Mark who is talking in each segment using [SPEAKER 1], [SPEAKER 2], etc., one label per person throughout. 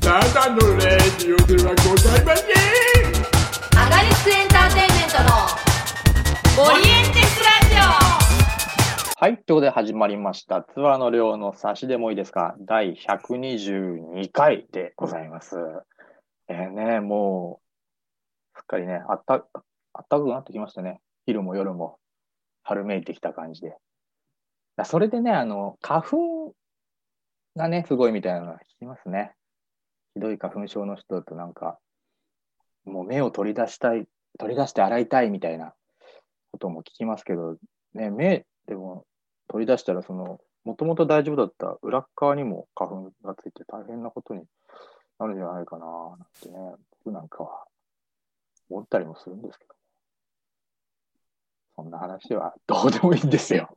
[SPEAKER 1] ただのレディオではございません
[SPEAKER 2] アガリスクエンターテインメントのオリエンテスラジオ
[SPEAKER 3] はい、ということで始まりました。ツアーの量の差しでもいいですか第122回でございます。えー、ね、もう、すっかりね、あった、あったかくなってきましたね。昼も夜も、春めいてきた感じで。だそれでね、あの、花粉がね、すごいみたいなのは聞きますね。ひどい花粉症の人だとなんか、もう目を取り出したい、取り出して洗いたいみたいなことも聞きますけど、ね、目、でも取り出したら、その、もともと大丈夫だった裏っ側にも花粉がついて大変なことになるんじゃないかな、なんてね、僕なんかは思ったりもするんですけど、そんな話はどうでもいいんですよ。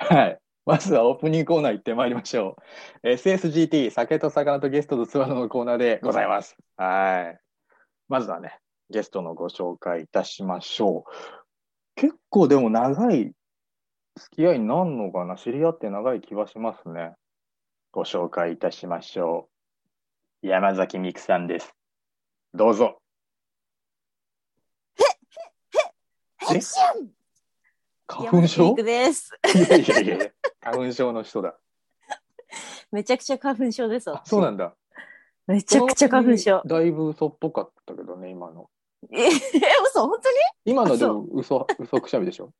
[SPEAKER 3] はい。まずはオープニングコーナー行ってまいりましょう。SSGT、酒と魚とゲストとツワノのコーナーでございます。はい。まずはね、ゲストのご紹介いたしましょう。結構でも長い付き合いになんのかな知り合って長い気はしますね。ご紹介いたしましょう。山崎美久さんです。どうぞ。え花粉症
[SPEAKER 4] 山崎育です。
[SPEAKER 3] いやいやいやいや、花粉症の人だ。
[SPEAKER 4] めちゃくちゃ花粉症です。
[SPEAKER 3] あ
[SPEAKER 4] 私
[SPEAKER 3] そうなんだ。
[SPEAKER 4] めちゃくちゃ花粉症。
[SPEAKER 3] だいぶ嘘っぽかったけどね、今の。
[SPEAKER 4] え、え嘘本
[SPEAKER 3] 今のでも嘘、嘘くしゃみでしょ。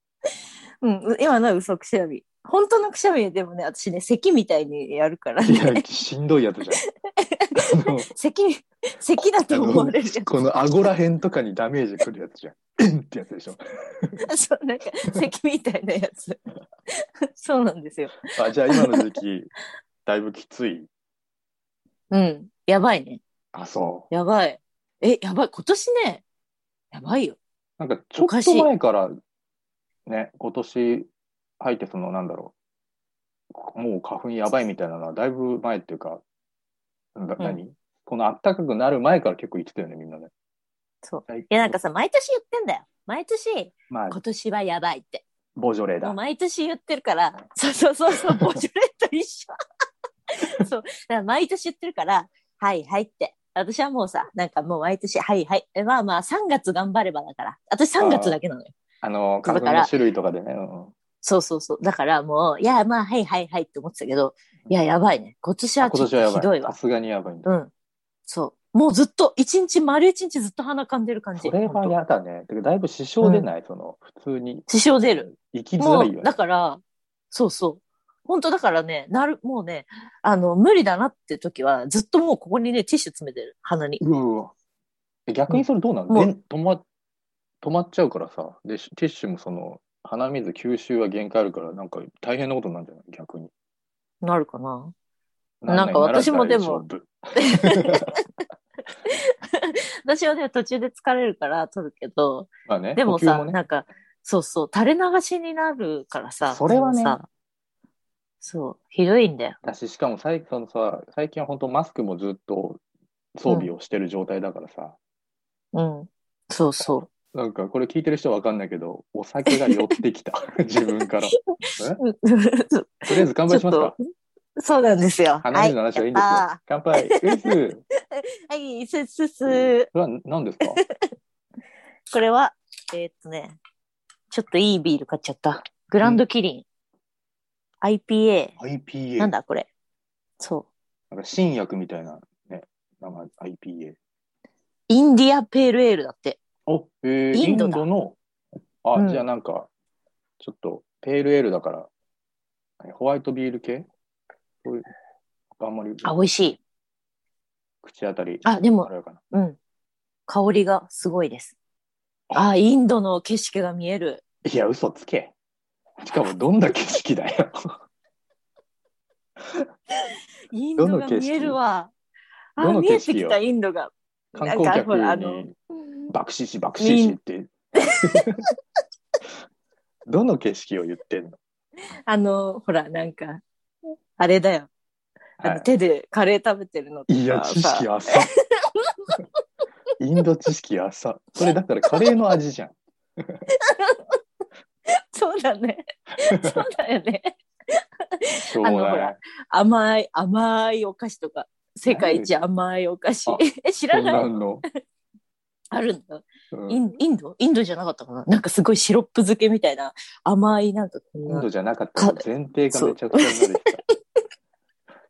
[SPEAKER 4] 当にうん、う今のは嘘くしゃみ。本当のくしゃみでもね、私ね、咳みたいにやるから
[SPEAKER 3] い
[SPEAKER 4] ね。
[SPEAKER 3] や、しんどいやつじゃん。あの
[SPEAKER 4] 咳、咳だと思われるや
[SPEAKER 3] この顎らへんとかにダメージくるやつじゃん。うんってやつでしょ。
[SPEAKER 4] つ。 そう、なんか、咳みたいなやつ。そうなんですよ。
[SPEAKER 3] あじゃあ今の時期、だいぶきつい。
[SPEAKER 4] うん。やばいね。
[SPEAKER 3] あ、そう。
[SPEAKER 4] やばい。え、やばい。今年ね、やばいよ。
[SPEAKER 3] なんかちょ
[SPEAKER 4] おか
[SPEAKER 3] っ
[SPEAKER 4] しい
[SPEAKER 3] と前から、ね、今年入ってその、なんだろう、もう花粉やばいみたいなのは、だいぶ前っていうか、なんだ
[SPEAKER 4] うん
[SPEAKER 3] 何この暖かくなる前から結構言ってたよね、みんなね。
[SPEAKER 4] そう。
[SPEAKER 3] 最近
[SPEAKER 4] いや、なんかさ、毎年言ってんだよ。毎年、
[SPEAKER 3] まあ、
[SPEAKER 4] 今年はやばいって。
[SPEAKER 3] ボジョレー
[SPEAKER 4] もう
[SPEAKER 3] だ。
[SPEAKER 4] 毎年言ってるから、そうそうそうそう、ボジョレと一緒。 そう、だから毎年言ってるから、はいはいって。私はもうさ、なんかもう毎年、はいはい。えまあまあ、3月頑張ればだから。私3月だけなのよ。
[SPEAKER 3] あの、
[SPEAKER 4] そうだ
[SPEAKER 3] 花粉
[SPEAKER 4] から
[SPEAKER 3] の種類とかでね。うん
[SPEAKER 4] そうそうそう。だからもう、いや、まあ、はいはいはいって思ってたけど、いや、やばいね。今年
[SPEAKER 3] あ
[SPEAKER 4] は
[SPEAKER 3] 今
[SPEAKER 4] ちょっ
[SPEAKER 3] 年はや
[SPEAKER 4] とひど
[SPEAKER 3] ば
[SPEAKER 4] い
[SPEAKER 3] い。さ
[SPEAKER 4] わ。
[SPEAKER 3] すがにやばいんだ。
[SPEAKER 4] うん。そう。もうずっと、一日、丸一日ずっと鼻かんでる感じ。
[SPEAKER 3] それは
[SPEAKER 4] 本当
[SPEAKER 3] やだね。てかだいぶ支障出ない、その、普通に。
[SPEAKER 4] 支障出る。
[SPEAKER 3] 生 きづ
[SPEAKER 4] も
[SPEAKER 3] らいよ
[SPEAKER 4] う、
[SPEAKER 3] ね
[SPEAKER 4] だ。から、そうそう。本当だからね、なる、もうね、あの、無理だなって時は、ずっともうここにね、ティッシュ詰めてる、鼻に。
[SPEAKER 3] うわうわ。え逆にそれどうなの、
[SPEAKER 4] もう
[SPEAKER 3] で止ま止まっちゃうからさ、で、しティッシュもその、鼻水吸収は限界あるから、なんか大変なことになるんじゃない逆に。
[SPEAKER 4] なるかな
[SPEAKER 3] らい
[SPEAKER 4] なんか私もでも。
[SPEAKER 3] なら
[SPEAKER 4] 私はね、途中で疲れるから取るけど、
[SPEAKER 3] まあね、
[SPEAKER 4] でも
[SPEAKER 3] 呼吸
[SPEAKER 4] さ、
[SPEAKER 3] ね
[SPEAKER 4] なんか、そうそう、垂れ流しになるからさ、
[SPEAKER 3] それはね
[SPEAKER 4] もうさそう、ひどいんだよ。
[SPEAKER 3] 私、しかも最そのさ最近は本当マスクもずっと装備をしてる状態だからさ、
[SPEAKER 4] うん。そう そう。
[SPEAKER 3] なんかこれ聞いてる人はわかんないけど、お酒が寄って きた、自分から。えとりあえず乾杯します
[SPEAKER 4] ちょ
[SPEAKER 3] か
[SPEAKER 4] っ。とそうなんですよ。
[SPEAKER 3] 鼻水の話はいいんですよ。
[SPEAKER 4] は
[SPEAKER 3] 乾 杯。うす。
[SPEAKER 4] い、やったーはい、すすす
[SPEAKER 3] それは何ですか
[SPEAKER 4] これは、えーっとね、ちょっといいビール買っちゃった。グランドキリン。IPA。
[SPEAKER 3] ?IPA。
[SPEAKER 4] なんだこれ。そう。
[SPEAKER 3] なんか新薬みたいな、ね、名前、IPA。
[SPEAKER 4] インディアペールエールだって。
[SPEAKER 3] お、えー、イ
[SPEAKER 4] イ
[SPEAKER 3] ン
[SPEAKER 4] ン
[SPEAKER 3] ド
[SPEAKER 4] ドだ
[SPEAKER 3] の、あ、
[SPEAKER 4] うん
[SPEAKER 3] じゃあなんか、ちょっと、ペールエールだから、何ホワイトビール系そういう、あんまり
[SPEAKER 4] あ、美味しい。
[SPEAKER 3] 口当たり、
[SPEAKER 4] あでも
[SPEAKER 3] 軽やかな
[SPEAKER 4] うん。香りがすごいです。あー、インドの景色が見える。
[SPEAKER 3] いや、嘘つけ。しかも、どんな景色だ よ。
[SPEAKER 4] インドが見えるわ。あ
[SPEAKER 3] ど
[SPEAKER 4] ー、
[SPEAKER 3] の
[SPEAKER 4] 見
[SPEAKER 3] 景
[SPEAKER 4] え
[SPEAKER 3] 色
[SPEAKER 4] て
[SPEAKER 3] どの景色よ
[SPEAKER 4] きたインドが。
[SPEAKER 3] 観光
[SPEAKER 4] な
[SPEAKER 3] 客
[SPEAKER 4] んかほらあの
[SPEAKER 3] に、爆死し、爆死しって。 どの景色を言ってんの
[SPEAKER 4] あの、ほら、なんか、あれだよ。あの、
[SPEAKER 3] はい
[SPEAKER 4] 手でカレー食べてるのとか
[SPEAKER 3] いや、知識
[SPEAKER 4] さ
[SPEAKER 3] 浅。 インド知識浅。それだからカレーの味じゃん。
[SPEAKER 4] そうだね。 そうだよね。
[SPEAKER 3] しょうも
[SPEAKER 4] あのほ
[SPEAKER 3] な
[SPEAKER 4] ら
[SPEAKER 3] い。
[SPEAKER 4] 甘い、甘いお菓子とか世界一甘いお菓子
[SPEAKER 3] あ。
[SPEAKER 4] え、知
[SPEAKER 3] そ
[SPEAKER 4] ら
[SPEAKER 3] んな
[SPEAKER 4] ない
[SPEAKER 3] んの。
[SPEAKER 4] あるんだ。
[SPEAKER 3] うん
[SPEAKER 4] インインドインドじゃなかったかななんかすごいシロップ漬けみたいな甘いなんかこん
[SPEAKER 3] 今
[SPEAKER 4] な
[SPEAKER 3] 度。じゃなかったら
[SPEAKER 4] か
[SPEAKER 3] 前提がめちゃくちゃになるしさ。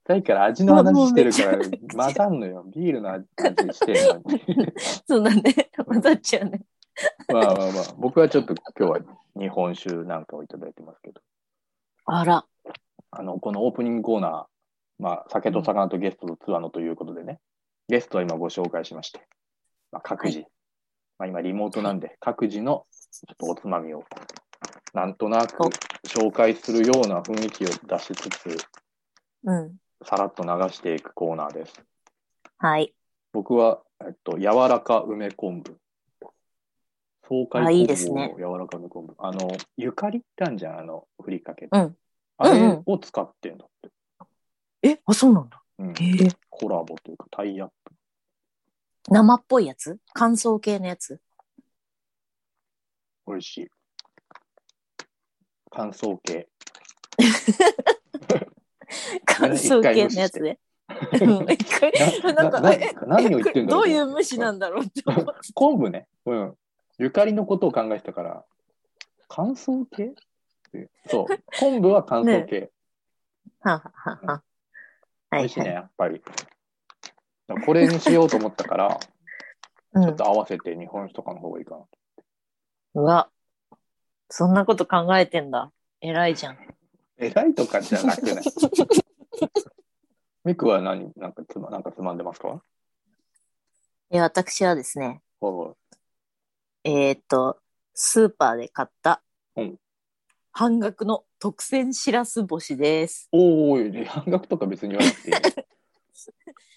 [SPEAKER 3] だから味の話してるから混ざんのよ。ビールの味してるのに。
[SPEAKER 4] そうだね。混ざっちゃうね。
[SPEAKER 3] まあまあまあ、僕はちょっと今日は日本酒なんかをいただいてますけど、
[SPEAKER 4] あら。
[SPEAKER 3] あの、このオープニングコーナー、まあ、酒と魚とゲストとツアーのということでね、ゲストは今ご紹介しまして、まあ、各自、まあ今リモートなんで、各自のちょっとおつまみを、なんとなく
[SPEAKER 4] お
[SPEAKER 3] 紹介するような雰囲気を出しつつ、
[SPEAKER 4] うん。
[SPEAKER 3] さらっと流していくコーナーです。
[SPEAKER 4] はい。
[SPEAKER 3] 僕は、えっと、柔らか梅昆布。爽快
[SPEAKER 4] あいい
[SPEAKER 3] 昆
[SPEAKER 4] です
[SPEAKER 3] 布
[SPEAKER 4] ね
[SPEAKER 3] の柔らか梅昆布。あの、ゆかりってあるじゃん、あの、ふりかけ。
[SPEAKER 4] うん
[SPEAKER 3] あ
[SPEAKER 4] うんう
[SPEAKER 3] れ
[SPEAKER 4] ん
[SPEAKER 3] を使ってんだって。
[SPEAKER 4] え、あ、そうなんだ。
[SPEAKER 3] うん
[SPEAKER 4] へえ。
[SPEAKER 3] コラボというか、タイアップ。
[SPEAKER 4] 生っぽいやつ乾燥系のやつ
[SPEAKER 3] 美味しい。乾燥 系。
[SPEAKER 4] 乾燥系のやつ ね。うん一回なんか、
[SPEAKER 3] な
[SPEAKER 4] え、
[SPEAKER 3] 何を言ってんだろ
[SPEAKER 4] どう
[SPEAKER 3] う
[SPEAKER 4] いう虫なんだろうって思 って。
[SPEAKER 3] 昆布ね。うん。ゆかりのことを考えてたから、乾燥系って そう。昆布は乾燥系。
[SPEAKER 4] はんはんはんはんは
[SPEAKER 3] 美
[SPEAKER 4] い
[SPEAKER 3] 味しいね、
[SPEAKER 4] はい。
[SPEAKER 3] やっぱり。だからこれにしようと思ったから、
[SPEAKER 4] う
[SPEAKER 3] ちょっ
[SPEAKER 4] ん
[SPEAKER 3] と合わせて日本酒とかの方がいいかな。
[SPEAKER 4] うわ。そんなこと考えてんだ。偉いじゃん。
[SPEAKER 3] 偉いとかじゃな くない。ミクは何なんかつまなんかつまんでますか
[SPEAKER 4] え、私はですね、
[SPEAKER 3] おう
[SPEAKER 4] えーっと、スーパーで買った
[SPEAKER 3] うん、
[SPEAKER 4] 半額の特選しらす干しです。
[SPEAKER 3] おーい、半額とか別に言わなくて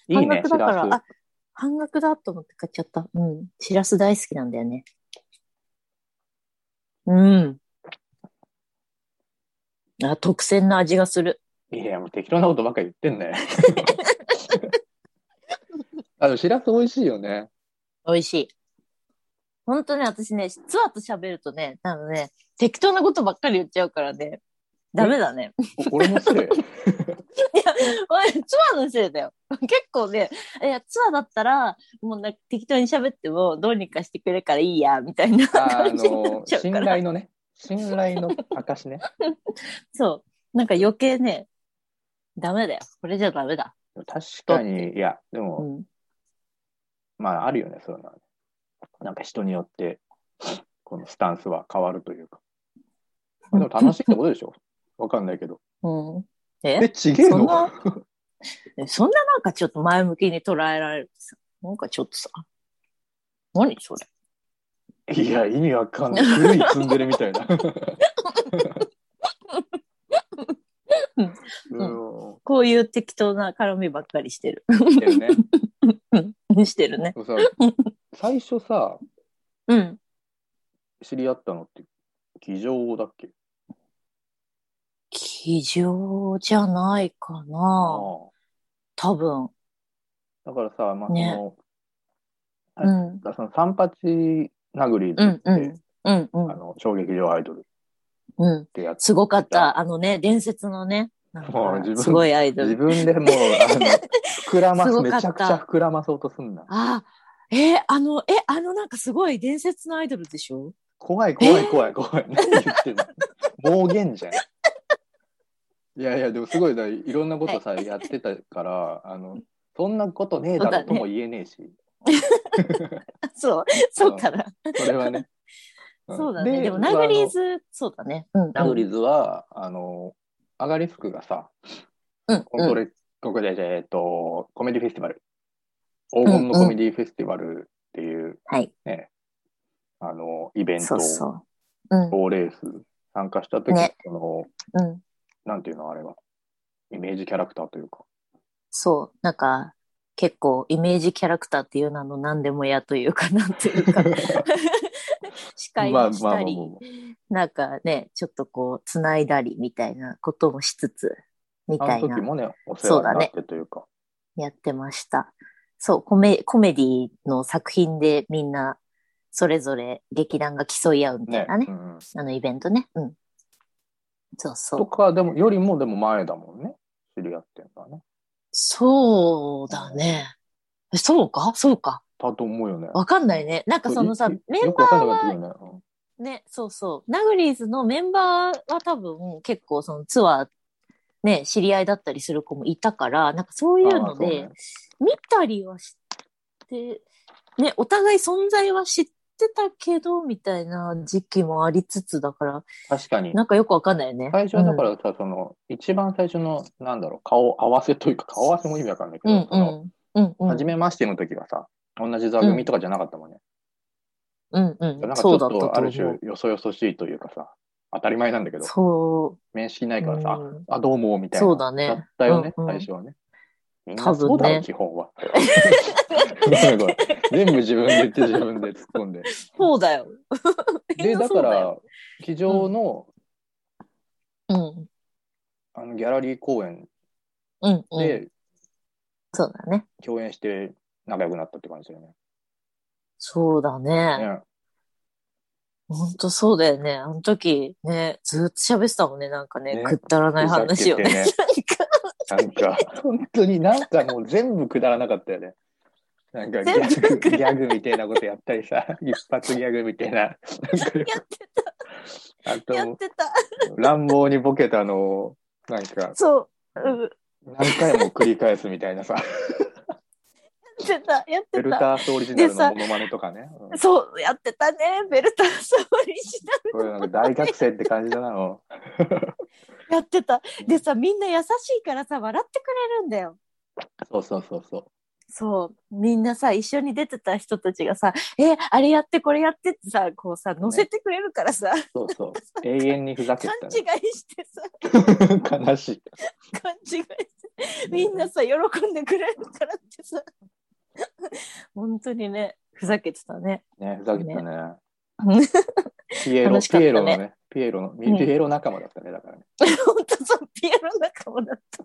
[SPEAKER 3] いい。いい
[SPEAKER 4] 半
[SPEAKER 3] ね、
[SPEAKER 4] 額
[SPEAKER 3] し
[SPEAKER 4] だからら、あ、半額だと思って買っちゃった。うん。しらす大好きなんだよね。うん。あ、特選の味がする。
[SPEAKER 3] す。いや、もう適当なことばっかり言ってんね。あの、しらす美味しいよね。
[SPEAKER 4] 美味しい。本当ね、私ね、ツアーと喋るとね、あのね、適当なことばっかり言っちゃうからね、ダメだね。
[SPEAKER 3] お俺のせ い。
[SPEAKER 4] 俺ツアーのせいだよ。 結構ね、いや、ツアーだったら、もうなんか適当に喋っても、どうにかしてくれるからいいや、みたいな
[SPEAKER 3] あ
[SPEAKER 4] 感じになっ
[SPEAKER 3] の、
[SPEAKER 4] ちゃう
[SPEAKER 3] 信
[SPEAKER 4] から。
[SPEAKER 3] 頼のね、信頼の証ね。
[SPEAKER 4] そう。なんか余計ね、ダメだよ。これじゃダメだ。
[SPEAKER 3] 確かに、いや、でも、
[SPEAKER 4] うん。
[SPEAKER 3] まあ、あるよね、そういうのはね。なんか人によって、このスタンスは変わるというか。でも楽しいってことでしょわかんないけど。
[SPEAKER 4] うん。え
[SPEAKER 3] え、ちげえ
[SPEAKER 4] そん
[SPEAKER 3] の
[SPEAKER 4] な、えそんななんかちょっと前向きに捉えられるさ。なんかちょっとさ、何それ。
[SPEAKER 3] いや、意味わかんない。古い積んでるみたいな。うん。
[SPEAKER 4] こういう適当な絡みばっかりしてる。
[SPEAKER 3] してるね。
[SPEAKER 4] うんしてるね。
[SPEAKER 3] でもさ、最初さ、
[SPEAKER 4] うん。
[SPEAKER 3] 知り合ったのって、騎乗だっけ
[SPEAKER 4] 気丈じゃないか
[SPEAKER 3] あ
[SPEAKER 4] な。多分。
[SPEAKER 3] だからさ、まあ、そ
[SPEAKER 4] ね
[SPEAKER 3] の、はい
[SPEAKER 4] うん。
[SPEAKER 3] だからその、三八ナグリー
[SPEAKER 4] う
[SPEAKER 3] ズっ
[SPEAKER 4] ん
[SPEAKER 3] て、
[SPEAKER 4] うん。うんう
[SPEAKER 3] あ
[SPEAKER 4] ん。
[SPEAKER 3] の、衝撃場アイドルっ
[SPEAKER 4] うん。
[SPEAKER 3] てやつ
[SPEAKER 4] すごかった。あのね、伝説のね。なん
[SPEAKER 3] もう自
[SPEAKER 4] か
[SPEAKER 3] 分
[SPEAKER 4] すごいアイド
[SPEAKER 3] 自
[SPEAKER 4] ル。
[SPEAKER 3] 分でもう、あの、膨らますす、
[SPEAKER 4] ごか
[SPEAKER 3] め
[SPEAKER 4] っ
[SPEAKER 3] ち
[SPEAKER 4] た
[SPEAKER 3] ゃくちゃ膨らまそうとすんな。
[SPEAKER 4] あ、えーあの、え、あのなんかすごい伝説のアイドルでしょ
[SPEAKER 3] 怖い怖い怖い怖い。 何言ってんの暴言じゃん。いやいや、でもすごいだ、いろんなことさ、やってたから、あの、そんなことねえだろとも言えねえし、
[SPEAKER 4] そう、そうかな。
[SPEAKER 3] それはね。ん
[SPEAKER 4] そうだね。
[SPEAKER 3] で
[SPEAKER 4] でも、ナグリーズ、そうだね。うん。
[SPEAKER 3] ナグリーズは、あの、アガリスクがさ、
[SPEAKER 4] うん。
[SPEAKER 3] コントレ、ここで、えっと、コメディフェスティバル。黄金のコメディフェスティバルっていう、
[SPEAKER 4] はい
[SPEAKER 3] ね、あの、イベ
[SPEAKER 4] う
[SPEAKER 3] ン
[SPEAKER 4] ん。
[SPEAKER 3] ト
[SPEAKER 4] そ
[SPEAKER 3] を
[SPEAKER 4] うそう。うん。
[SPEAKER 3] ボーレース参加した時、
[SPEAKER 4] ね
[SPEAKER 3] その、
[SPEAKER 4] うん。
[SPEAKER 3] なんていうのあれは、イメージキャラクターとい うか。
[SPEAKER 4] そう、なんか、結構イメージキャラクターっていう名の何でもやというかなんという か司会をしたり、なんかねちょっとこうつないだりみたいなこともしつつみ
[SPEAKER 3] あ
[SPEAKER 4] た
[SPEAKER 3] の
[SPEAKER 4] い
[SPEAKER 3] 時
[SPEAKER 4] な
[SPEAKER 3] もね、お世
[SPEAKER 4] そう
[SPEAKER 3] 話
[SPEAKER 4] だ
[SPEAKER 3] にな
[SPEAKER 4] ね
[SPEAKER 3] ってというか。
[SPEAKER 4] やってましたそうコメコメディの作品でみんなそれぞれ劇団が競い合うみた
[SPEAKER 3] ね
[SPEAKER 4] いなね
[SPEAKER 3] うん
[SPEAKER 4] あのイベントねうんそうそ
[SPEAKER 3] と
[SPEAKER 4] う
[SPEAKER 3] か、でも、よりもでも前だもんね。知り合ってんだね。
[SPEAKER 4] そうだね。えそうかそうか。
[SPEAKER 3] だと思うよね。
[SPEAKER 4] わかんないね。なんかそのさ、
[SPEAKER 3] いい
[SPEAKER 4] メン
[SPEAKER 3] よく
[SPEAKER 4] バ
[SPEAKER 3] わか
[SPEAKER 4] ー
[SPEAKER 3] んな
[SPEAKER 4] は
[SPEAKER 3] かったけどねうん。
[SPEAKER 4] ね、そうそう。ナグリーズのメンバーは多分結構そのツアー、ね、知り合いだったりする子もいたから、なんかそういうの
[SPEAKER 3] あーそう
[SPEAKER 4] で、
[SPEAKER 3] ね
[SPEAKER 4] 見たりはして、ね、お互い存在は知ってたけど、みたいな時期もありつつだから、
[SPEAKER 3] 確かに。
[SPEAKER 4] なんかよくわかんないよね。
[SPEAKER 3] 最初はだか
[SPEAKER 4] うん
[SPEAKER 3] らさ、その、一番最初の、なんだろう、顔合わせというか、顔合わせも意味わかんないけ
[SPEAKER 4] う
[SPEAKER 3] ど、
[SPEAKER 4] ん
[SPEAKER 3] その
[SPEAKER 4] うん。うんうん。
[SPEAKER 3] 初めましての時はさ、同じ座組とかじゃなかったもんね。
[SPEAKER 4] うん
[SPEAKER 3] な
[SPEAKER 4] うんん。
[SPEAKER 3] かち
[SPEAKER 4] そ
[SPEAKER 3] ょ
[SPEAKER 4] う
[SPEAKER 3] っ
[SPEAKER 4] だったと
[SPEAKER 3] と、ある
[SPEAKER 4] 思
[SPEAKER 3] 種
[SPEAKER 4] う。、
[SPEAKER 3] よそよそしいというかさ、当たり前なんだけど、
[SPEAKER 4] そ
[SPEAKER 3] 面識ないからさ、
[SPEAKER 4] うん
[SPEAKER 3] あ、どうも、みたいな。
[SPEAKER 4] そうだね
[SPEAKER 3] ったよね、
[SPEAKER 4] うんうん
[SPEAKER 3] 最初はね。みん
[SPEAKER 4] 多
[SPEAKER 3] な
[SPEAKER 4] 分ね
[SPEAKER 3] そうだろ、基本は。 すごい。全部自分で言って自分で突っ込んで。
[SPEAKER 4] う。そうだよ。み
[SPEAKER 3] で、
[SPEAKER 4] んな
[SPEAKER 3] だ
[SPEAKER 4] そ
[SPEAKER 3] か
[SPEAKER 4] うだ
[SPEAKER 3] ら
[SPEAKER 4] よ、
[SPEAKER 3] 机上の、
[SPEAKER 4] うん。
[SPEAKER 3] あの、ギャラリー公演
[SPEAKER 4] うんうん。
[SPEAKER 3] で
[SPEAKER 4] そうだね。
[SPEAKER 3] 共演して仲良くなったって感じだよね。
[SPEAKER 4] そうだね。
[SPEAKER 3] ね
[SPEAKER 4] ほんとそうだよね。あの時、ね、ずっと喋ってたもんね、なんかね、
[SPEAKER 3] ね
[SPEAKER 4] くだらない話をね。
[SPEAKER 3] ふざ
[SPEAKER 4] なん
[SPEAKER 3] け
[SPEAKER 4] か、
[SPEAKER 3] な んか、本当になんかもう全部くだらなかったよね。なんかギャグ、
[SPEAKER 4] 全部
[SPEAKER 3] ギ
[SPEAKER 4] くだら
[SPEAKER 3] ャグみたいなことやったりさ、一発ギャグみたいな。なんかよ
[SPEAKER 4] やって
[SPEAKER 3] あ
[SPEAKER 4] た、やっ
[SPEAKER 3] と、
[SPEAKER 4] てた。
[SPEAKER 3] 乱暴にボケたのを、なんか、
[SPEAKER 4] そう。うん、やっ
[SPEAKER 3] 何回も繰り返すみた いなさ、
[SPEAKER 4] てた、やっ
[SPEAKER 3] ベ
[SPEAKER 4] て
[SPEAKER 3] ル
[SPEAKER 4] た。
[SPEAKER 3] タースオリジナル
[SPEAKER 4] でさ
[SPEAKER 3] のモノマネとかね。う ん
[SPEAKER 4] そう、やってたね。ベルターソーリジナ
[SPEAKER 3] これなんか大学生って感じだなの。
[SPEAKER 4] ルやってた。でさ、みんな優しいからさ、笑ってくれるんだよ。
[SPEAKER 3] そうそうそうそう。
[SPEAKER 4] そう。みんなさ、一緒に出てた人たちがさ、え、あれやって、これやってってさ、こうさ、乗せてくれるからさ、
[SPEAKER 3] そう そう。永遠にふざけ
[SPEAKER 4] 勘
[SPEAKER 3] て
[SPEAKER 4] 違いしてさ、
[SPEAKER 3] た、ね。悲しい。
[SPEAKER 4] 勘違いして、みんなさ、喜んでくれるからってさ、本当にね、ふざけてたね。
[SPEAKER 3] ね、ふざけてたね。
[SPEAKER 4] うん
[SPEAKER 3] ピエロ、
[SPEAKER 4] 楽しかっ
[SPEAKER 3] ピエ
[SPEAKER 4] たね
[SPEAKER 3] ロのね、ピエロの、
[SPEAKER 4] ん
[SPEAKER 3] ピエロ仲間だったね、だからね。
[SPEAKER 4] 本当そう、ピエロ仲間だ った。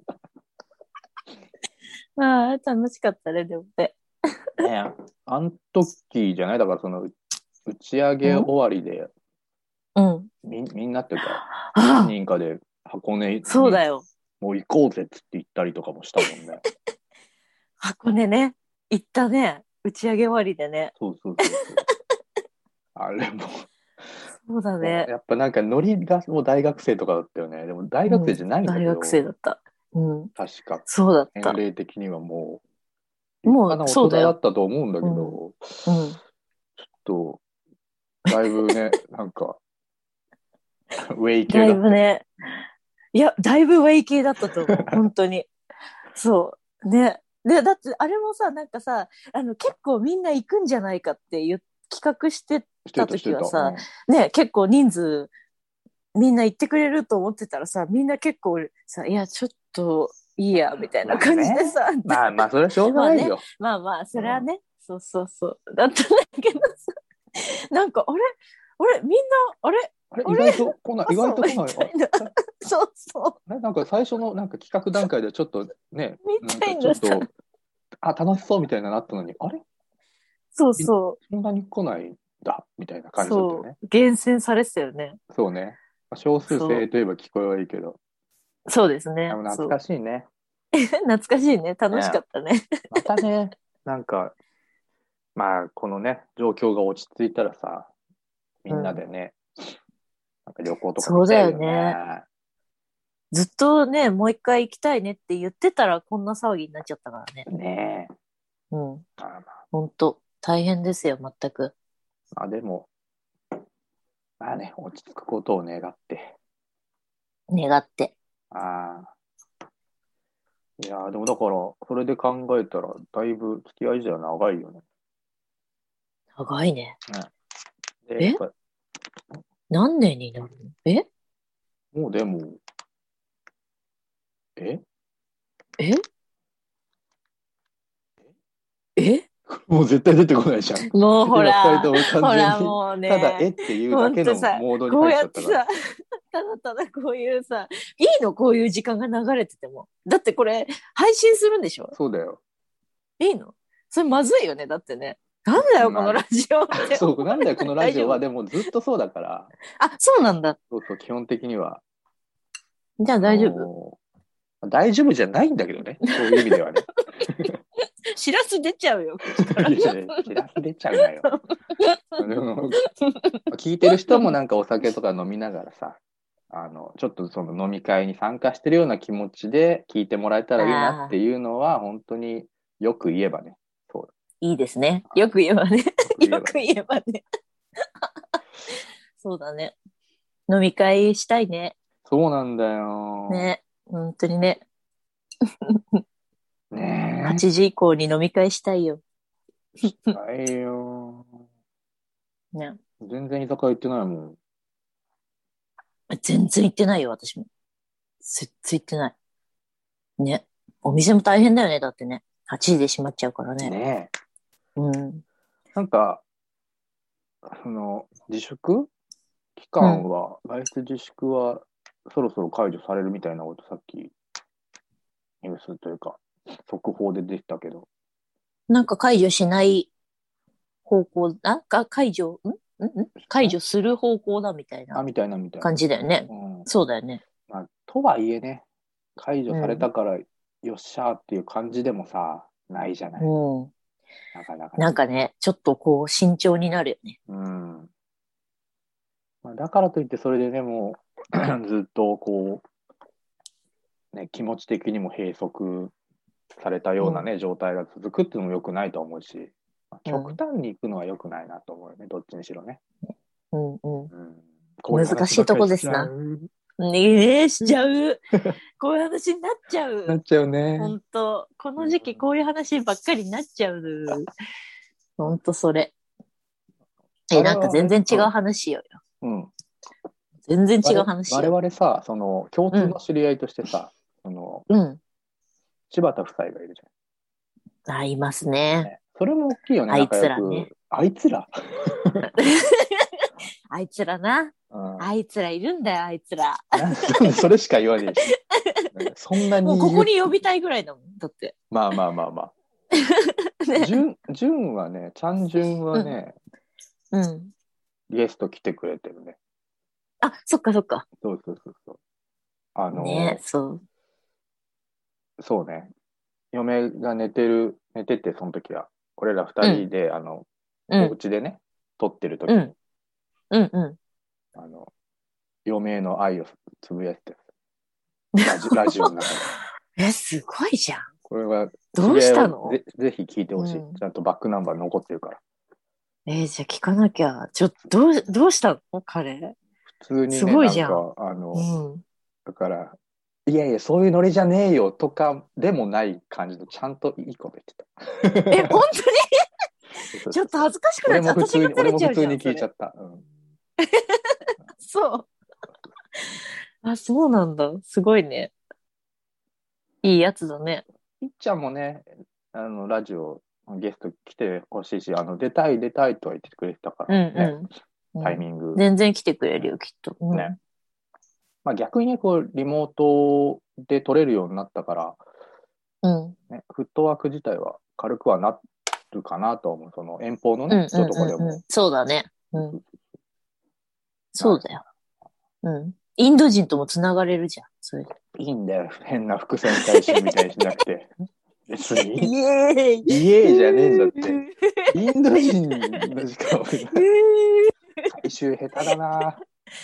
[SPEAKER 4] ああ、楽しかったね、でもね。
[SPEAKER 3] ねあん時じゃないだからその、う打ち上げ終わりで、
[SPEAKER 4] うん。
[SPEAKER 3] みみんなっていうか、
[SPEAKER 4] あ
[SPEAKER 3] 何
[SPEAKER 4] あ、
[SPEAKER 3] 人かで箱根に
[SPEAKER 4] そうだよ。
[SPEAKER 3] もう行こうぜっつって言ったりとかもしたもんね。
[SPEAKER 4] 箱根ね、行ったね。打ち上げ終わりでね。
[SPEAKER 3] そうそうそうそう。あれも、
[SPEAKER 4] そうだね。
[SPEAKER 3] やっぱなんかノリがもう大学生とかだったよね。でも大学生じゃないんだけ
[SPEAKER 4] 大
[SPEAKER 3] ど、
[SPEAKER 4] 学生だった。うん。
[SPEAKER 3] 確か。
[SPEAKER 4] そうだった。
[SPEAKER 3] 年齢的にはもう、
[SPEAKER 4] もう
[SPEAKER 3] 立派な
[SPEAKER 4] そうだよ
[SPEAKER 3] 大人だったと思うんだけど、
[SPEAKER 4] うん。
[SPEAKER 3] ちょっと、だい ぶね、なんか、ウェイ系
[SPEAKER 4] だい
[SPEAKER 3] だった
[SPEAKER 4] ぶね。いや、だいぶウェイ系だったと思う。 本当に。そう。ね。で、だって、あれもさ、なんかさ、あの、結構みんな行くんじゃないかっていう企画して、
[SPEAKER 3] してた、し
[SPEAKER 4] た
[SPEAKER 3] て
[SPEAKER 4] 時は
[SPEAKER 3] た。
[SPEAKER 4] さ
[SPEAKER 3] うん
[SPEAKER 4] ね、結構人数、みんな行ってくれると思ってたらさ、みんな結構さ、いや、ちょっと、いいや、みたいな感じでさ、
[SPEAKER 3] まあまあ、それはしょうがないよ。
[SPEAKER 4] まあまあ、それはね、そうそうそう。だったんだけどさ、なんか、あれあれみんな、あれ
[SPEAKER 3] あれ
[SPEAKER 4] まあ
[SPEAKER 3] 意
[SPEAKER 4] ね
[SPEAKER 3] 外と来ない、意外と来
[SPEAKER 4] 嘘
[SPEAKER 3] ない
[SPEAKER 4] み。たい な。そうそ
[SPEAKER 3] あれなんか最初のなんか企画段階でちょっとね、
[SPEAKER 4] みたい
[SPEAKER 3] な
[SPEAKER 4] なん
[SPEAKER 3] かちょっと、あ、楽しそうみたいなのあったのに、あれ
[SPEAKER 4] う。そうそ
[SPEAKER 3] そんなに来ないんだみたいな
[SPEAKER 4] う。
[SPEAKER 3] 感じだった
[SPEAKER 4] そ
[SPEAKER 3] よね。
[SPEAKER 4] う。厳選されてたよね。
[SPEAKER 3] そうね。まあ少数制といえば聞こえはいいけど、
[SPEAKER 4] そうですね
[SPEAKER 3] でも。
[SPEAKER 4] そ
[SPEAKER 3] 懐
[SPEAKER 4] う
[SPEAKER 3] かしいね。
[SPEAKER 4] 懐かしいね。楽しかったね。
[SPEAKER 3] またね、 なんか、まあ、このね、状況が落ち着いたらさ、みんなでね、なんか旅行とか行きたい
[SPEAKER 4] そうだよ
[SPEAKER 3] ね。
[SPEAKER 4] ずっとね、もう一回行きたいねって言ってたら、こんな騒ぎになっちゃったからね。
[SPEAKER 3] ねえ。
[SPEAKER 4] うん。
[SPEAKER 3] まあまあ
[SPEAKER 4] ほんと。大変ですよ、全く。
[SPEAKER 3] まあでも、まあね、落ち着くことを願って。
[SPEAKER 4] 願って。
[SPEAKER 3] ああ。いやーでもだから、それで考えたら、だいぶ付き合い時は長いよね。
[SPEAKER 4] 長いね。
[SPEAKER 3] で
[SPEAKER 4] え
[SPEAKER 3] やっぱ
[SPEAKER 4] 何年になるのえ
[SPEAKER 3] もうでも、え
[SPEAKER 4] ええ
[SPEAKER 3] もう絶対出てこないじゃん。
[SPEAKER 4] もうほ
[SPEAKER 3] 今二
[SPEAKER 4] ら、
[SPEAKER 3] 人とも完全に
[SPEAKER 4] ほらもうね、
[SPEAKER 3] ただ、えっていうだけのモードに
[SPEAKER 4] こう
[SPEAKER 3] 入っち
[SPEAKER 4] や
[SPEAKER 3] ゃ
[SPEAKER 4] っ
[SPEAKER 3] ってたから。
[SPEAKER 4] さ、ただただこういうさ、いいのこういう時間が流れてても。だってこれ、配信するんでしょ
[SPEAKER 3] そうだよ。
[SPEAKER 4] いいのそれまずいよね、だってね。なんだよ、
[SPEAKER 3] ま
[SPEAKER 4] この
[SPEAKER 3] あ
[SPEAKER 4] ラジオって。
[SPEAKER 3] そう、なんだよ、このラジオは、
[SPEAKER 4] 大
[SPEAKER 3] でもずっとそうだから、
[SPEAKER 4] あ、そうなんだ。
[SPEAKER 3] そうそう、基本的には。
[SPEAKER 4] じゃあ大丈夫。
[SPEAKER 3] 夫大丈夫じゃないんだけどね。そういう意味ではね。
[SPEAKER 4] しらす出ちゃうよ。
[SPEAKER 3] いやいや知らせ出ちゃうなよ。でも聞いてる人もなんかお酒とか飲みながらさ、あの、ちょっとその飲み会に参加してるような気持ちで聞いてもらえたらいいなっていうのは、本当によく言えばね。
[SPEAKER 4] いいですね。よく言えばね。よ
[SPEAKER 3] よ
[SPEAKER 4] く
[SPEAKER 3] く言えば
[SPEAKER 4] 言えばね。 そうだね。飲み会したいね。
[SPEAKER 3] そうなんだよ。
[SPEAKER 4] ね。本当にね。
[SPEAKER 3] ねえ
[SPEAKER 4] 8時以降に飲み会したいよ。
[SPEAKER 3] はいよ。
[SPEAKER 4] ね。
[SPEAKER 3] 全然居酒屋行ってないもん。
[SPEAKER 4] 全然行ってないよ、私も。全然行ってない。ね。お店も大変だよね、だってね。8時で閉まっちゃうからね。
[SPEAKER 3] ねえ。
[SPEAKER 4] うん。
[SPEAKER 3] なんか、その、自粛期間は、外出自粛はそろそろ解除されるみたいなことさっき、ニュースというか、速報で出てたけど。
[SPEAKER 4] なんか解除しない方向、あか解除、んんん解除する方向だみたい
[SPEAKER 3] あ、
[SPEAKER 4] な
[SPEAKER 3] みたいなみたいな。
[SPEAKER 4] 感じだよね。
[SPEAKER 3] うん
[SPEAKER 4] そうだよね。
[SPEAKER 3] まあ、とはいえね、解除されたから、よっしゃーっていう感じでもさ、ないじゃない。
[SPEAKER 4] うん。
[SPEAKER 3] なかなか。
[SPEAKER 4] なんかね、ちょっとこう慎重になるよね。
[SPEAKER 3] うん。まあ、だからといって、それでね、もう、 ずっとこう、ね、気持ち的にも閉塞されたようなね、状態が続くっていうのも良くないと思うし、まあ
[SPEAKER 4] うん
[SPEAKER 3] 極端に行くのは良くないなと思うよね、どっちにしろね。
[SPEAKER 4] うんうん
[SPEAKER 3] うん、こうう話
[SPEAKER 4] 難しいとこですな
[SPEAKER 3] ばっかりしち
[SPEAKER 4] ねえ、しちゃう。こういう話になっちゃ
[SPEAKER 3] ゃう。な
[SPEAKER 4] う
[SPEAKER 3] っ。ちゃうね。
[SPEAKER 4] 本当この時期こういう話ばっかりになっちゃう。本当それ。え、なんか全然違う話しようよ。
[SPEAKER 3] うん。
[SPEAKER 4] 全然違う話し
[SPEAKER 3] 我
[SPEAKER 4] よ
[SPEAKER 3] 々さ、その、共通の知り合いとしてさ、その、
[SPEAKER 4] う。うん。
[SPEAKER 3] 柴田夫妻がいるじ
[SPEAKER 4] あ、います
[SPEAKER 3] ゃん、
[SPEAKER 4] ね。
[SPEAKER 3] ね。それも大きいよね、
[SPEAKER 4] あいつら
[SPEAKER 3] 仲良く
[SPEAKER 4] ね。
[SPEAKER 3] あいつら。
[SPEAKER 4] あいつらな。
[SPEAKER 3] うん
[SPEAKER 4] あいつらいるんだよ、あいつら。
[SPEAKER 3] なん それしか言わねえし。ねそんなに
[SPEAKER 4] も
[SPEAKER 3] 言
[SPEAKER 4] う
[SPEAKER 3] う
[SPEAKER 4] ここに呼びたいぐらいだもん。だって。
[SPEAKER 3] まあまあまあまあ。
[SPEAKER 4] ね
[SPEAKER 3] じゅんじゅんはね、ちゃんじゅんはね、
[SPEAKER 4] うん。
[SPEAKER 3] ゲスト来てくれてるね。
[SPEAKER 4] あ、そっかそっか。
[SPEAKER 3] そうそうそうそう。あの、
[SPEAKER 4] ねそう。
[SPEAKER 3] そうね。嫁が寝てる、寝てて、その時は。俺ら二人で、あの、
[SPEAKER 4] うん。
[SPEAKER 3] お家でね、撮ってる時
[SPEAKER 4] う
[SPEAKER 3] に、
[SPEAKER 4] ん。うんうん。
[SPEAKER 3] あの、嫁への愛をつぶやいてる。ラ ジラジオの中で。
[SPEAKER 4] え、すごいじゃん。
[SPEAKER 3] これは、
[SPEAKER 4] どうしたの
[SPEAKER 3] ぜぜひ聞いてほしい、
[SPEAKER 4] うん
[SPEAKER 3] ちゃんとバックナンバー残ってるから。
[SPEAKER 4] えーじゃあ聞かなきゃ。ちょっと、どう、どうしたの彼。
[SPEAKER 3] 普通にね、
[SPEAKER 4] すごいじゃん
[SPEAKER 3] なんか、あの、
[SPEAKER 4] うん。
[SPEAKER 3] だから、いやいや、そういうノリじゃねえよとかでもない感じの、ちゃんといいこと言ってた。
[SPEAKER 4] え、本当に
[SPEAKER 3] そ
[SPEAKER 4] ち
[SPEAKER 3] うそ
[SPEAKER 4] ょ
[SPEAKER 3] う
[SPEAKER 4] っと恥ずかしくな
[SPEAKER 3] 俺
[SPEAKER 4] っちゃ
[SPEAKER 3] も
[SPEAKER 4] う。私
[SPEAKER 3] 普通
[SPEAKER 4] が
[SPEAKER 3] に、
[SPEAKER 4] 照
[SPEAKER 3] 俺
[SPEAKER 4] れ
[SPEAKER 3] も
[SPEAKER 4] ちゃ
[SPEAKER 3] 普
[SPEAKER 4] うじ
[SPEAKER 3] 通
[SPEAKER 4] ゃん。
[SPEAKER 3] に
[SPEAKER 4] そ
[SPEAKER 3] 聞い
[SPEAKER 4] れ
[SPEAKER 3] ちゃった。うん
[SPEAKER 4] そう。あ、そうなんだ。すごいね。いいやつだね。
[SPEAKER 3] いっちゃんもね、あの、ラジオ、ゲスト来てほしいし、あの、出たい出たいとは言ってくれてたか
[SPEAKER 4] うん
[SPEAKER 3] ら、ね
[SPEAKER 4] うん。
[SPEAKER 3] タイミング。
[SPEAKER 4] 全然来てくれるよ、きっと。うん
[SPEAKER 3] ねまあ逆にね、こう、リモートで撮れるようになったから、
[SPEAKER 4] うん。
[SPEAKER 3] ね、フットワーク自体は軽くはなるかなとは思う。その遠方の
[SPEAKER 4] うん
[SPEAKER 3] ね、
[SPEAKER 4] う
[SPEAKER 3] 人
[SPEAKER 4] ん
[SPEAKER 3] とかで
[SPEAKER 4] うんう
[SPEAKER 3] も
[SPEAKER 4] ん。そうだね。うん。そうだよ。うん。インド人ともつながれるじゃん。それで。
[SPEAKER 3] いいんだよ。変な伏線回収みたいにしなく て。別に。
[SPEAKER 4] イエーイ
[SPEAKER 3] イエーじゃねえんだって。インド人のしかも回収下手だな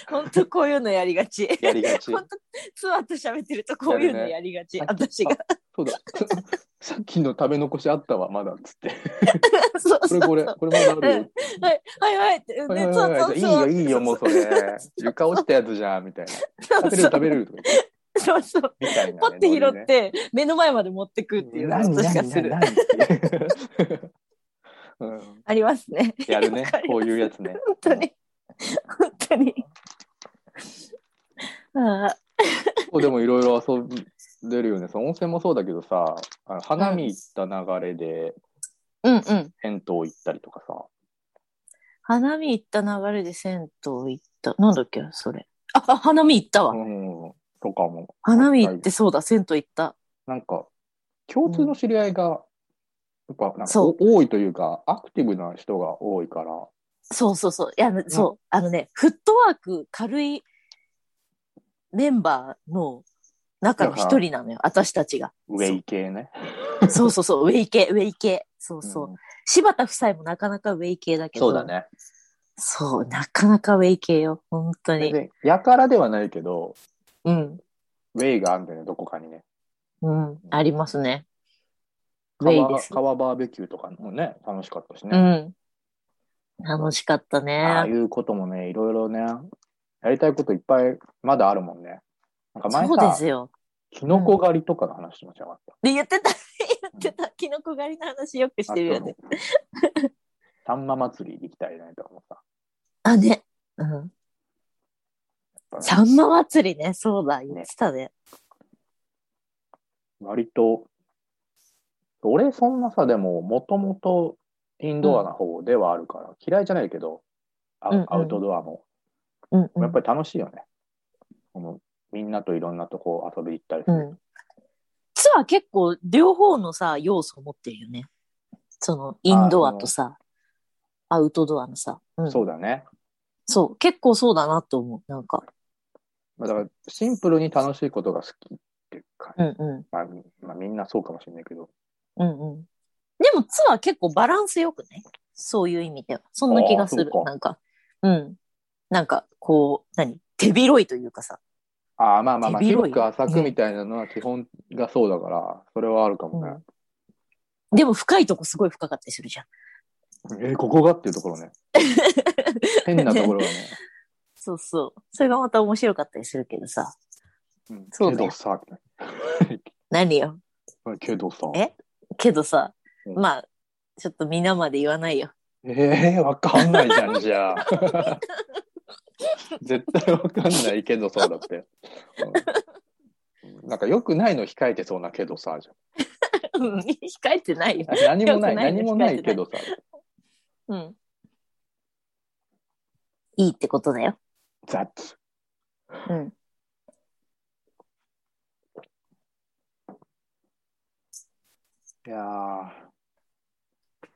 [SPEAKER 4] 本当こういうのやりがち。
[SPEAKER 3] やりがち。
[SPEAKER 4] 本当ツアーと喋ってるとこういうのやりがち。
[SPEAKER 3] やるね
[SPEAKER 4] 私が。
[SPEAKER 3] そうだ。 さっきの食べ残しあったわ、まだっつって。
[SPEAKER 4] そう
[SPEAKER 3] こ
[SPEAKER 4] そ
[SPEAKER 3] れ
[SPEAKER 4] う
[SPEAKER 3] これ、これまだあるよ。
[SPEAKER 4] はいはいはいって。で
[SPEAKER 3] はいはい
[SPEAKER 4] そう
[SPEAKER 3] はいはいいい
[SPEAKER 4] そう
[SPEAKER 3] よ、いいよ、もうそれ。 床落ちたやつじゃん、みたい な。食べれる、食べれるとか言って。
[SPEAKER 4] そうそう。
[SPEAKER 3] みたいなね。
[SPEAKER 4] ポッて拾
[SPEAKER 3] ノリね
[SPEAKER 4] って、目の前まで持ってくっていうのを私がする。
[SPEAKER 3] 何何何 何うん
[SPEAKER 4] ありますね。
[SPEAKER 3] やるね
[SPEAKER 4] わかります
[SPEAKER 3] こういうやつね
[SPEAKER 4] 本当に。本当に。あ
[SPEAKER 3] そうでもいろいろ遊んでるよねそう温泉もそうだけどさあの花見行った流れで
[SPEAKER 4] あうんうん。
[SPEAKER 3] 銭湯行ったりとかさ、
[SPEAKER 4] 花見行った流れで銭湯行った。なんだっけそれ。あ、あ花見行ったわ。
[SPEAKER 3] うん、とかも
[SPEAKER 4] 花見行ってそうだ、銭湯行った。
[SPEAKER 3] なんか共通の知り合いがやっぱなんか
[SPEAKER 4] そ
[SPEAKER 3] お
[SPEAKER 4] う
[SPEAKER 3] 多いというかアクティブな人が多いから
[SPEAKER 4] そうそうそう。いや、そう。あのね、フットワーク軽いメンバーの中の一人なのよ、私たちが。
[SPEAKER 3] ウェイ系ね。
[SPEAKER 4] そうそうそう、ウェイ系、ウェイ系。そうそう。
[SPEAKER 3] うん
[SPEAKER 4] 柴田夫妻もなかなかウェイ系だけど。
[SPEAKER 3] そうだ。ね。
[SPEAKER 4] そう、なかなかウェイ系よ、本当に。
[SPEAKER 3] で、やからではないけど、
[SPEAKER 4] うん。
[SPEAKER 3] ウェイがあるんだよね、どこかにね。
[SPEAKER 4] うん、ありますね。ウェイ
[SPEAKER 3] 川
[SPEAKER 4] です。
[SPEAKER 3] 川バーベキューとかもね、楽しかったし
[SPEAKER 4] う
[SPEAKER 3] ね。
[SPEAKER 4] ん。楽しかった
[SPEAKER 3] ああ
[SPEAKER 4] ね
[SPEAKER 3] い。うこともね、いろいろね、やりたいこといっぱいまだあるもんね。なんか前
[SPEAKER 4] そうで
[SPEAKER 3] さ
[SPEAKER 4] す、よ。
[SPEAKER 3] キノコ狩りとかの話もしなかっ。
[SPEAKER 4] で、言ってた、 言ってた、キノコ狩りの話よくしたてるよね。
[SPEAKER 3] あと。サンマ祭り行きたいねとかもさ。
[SPEAKER 4] あ、ね。うん。
[SPEAKER 3] やっぱね
[SPEAKER 4] サンマ祭りね、そうだ、言ってたね。
[SPEAKER 3] 割と、俺そんなさ、でも、もともとインドアな方ではあるから、嫌いじゃないけど、ア,、
[SPEAKER 4] うんうん
[SPEAKER 3] アウトドアも。
[SPEAKER 4] うん、うん。
[SPEAKER 3] やっぱり楽しいよね。このみんなといろんなとこ遊び行ったりす
[SPEAKER 4] う
[SPEAKER 3] る。
[SPEAKER 4] ん。ツアー結構両方のさ、要素を持ってるよね。その、インドアとさ、アウトドアのさ。うん、
[SPEAKER 3] そうだね。
[SPEAKER 4] そう。結構そうだなと思う。なんか。
[SPEAKER 3] まあ、だから、シンプルに楽しいことが好きっていうか、
[SPEAKER 4] うんうん。
[SPEAKER 3] まあ、みまあ、みんなそうかもしれないけど。
[SPEAKER 4] うんうん。でもツアー結構バランスよくね。そういう意味では。そんな気がす
[SPEAKER 3] あ
[SPEAKER 4] る
[SPEAKER 3] ーそう。か
[SPEAKER 4] なんか、うん。なんか、こう、何手広いというかさ。
[SPEAKER 3] ああ、まあまあまあ、
[SPEAKER 4] 手広
[SPEAKER 3] 広
[SPEAKER 4] い
[SPEAKER 3] く浅くみたいなのは基本がそうだから、それはあるかもね。
[SPEAKER 4] でも深いとこすごい深かったりするじゃん。
[SPEAKER 3] えーここがっていうところね。変なところ はね。
[SPEAKER 4] そうそう。それがまた面白かったりするけどさ。
[SPEAKER 3] うん
[SPEAKER 4] そうだ
[SPEAKER 3] け
[SPEAKER 4] よ
[SPEAKER 3] どさ、
[SPEAKER 4] 何よ。
[SPEAKER 3] けどさ。
[SPEAKER 4] えけどさ、
[SPEAKER 3] うん
[SPEAKER 4] まあ、ちょっと皆まで言わないよ。
[SPEAKER 3] えー、わかんないじゃん、じゃあ。絶対わかんないけどさ、だって。うんなんか良くないの控えてそうなけどさ、じ
[SPEAKER 4] うん控えてないよ
[SPEAKER 3] ゃ。ん。何もな
[SPEAKER 4] 良く
[SPEAKER 3] い、
[SPEAKER 4] ないの
[SPEAKER 3] 何もないけどさ。
[SPEAKER 4] うん。いいってことだよ。
[SPEAKER 3] 雑。
[SPEAKER 4] うん。
[SPEAKER 3] いやー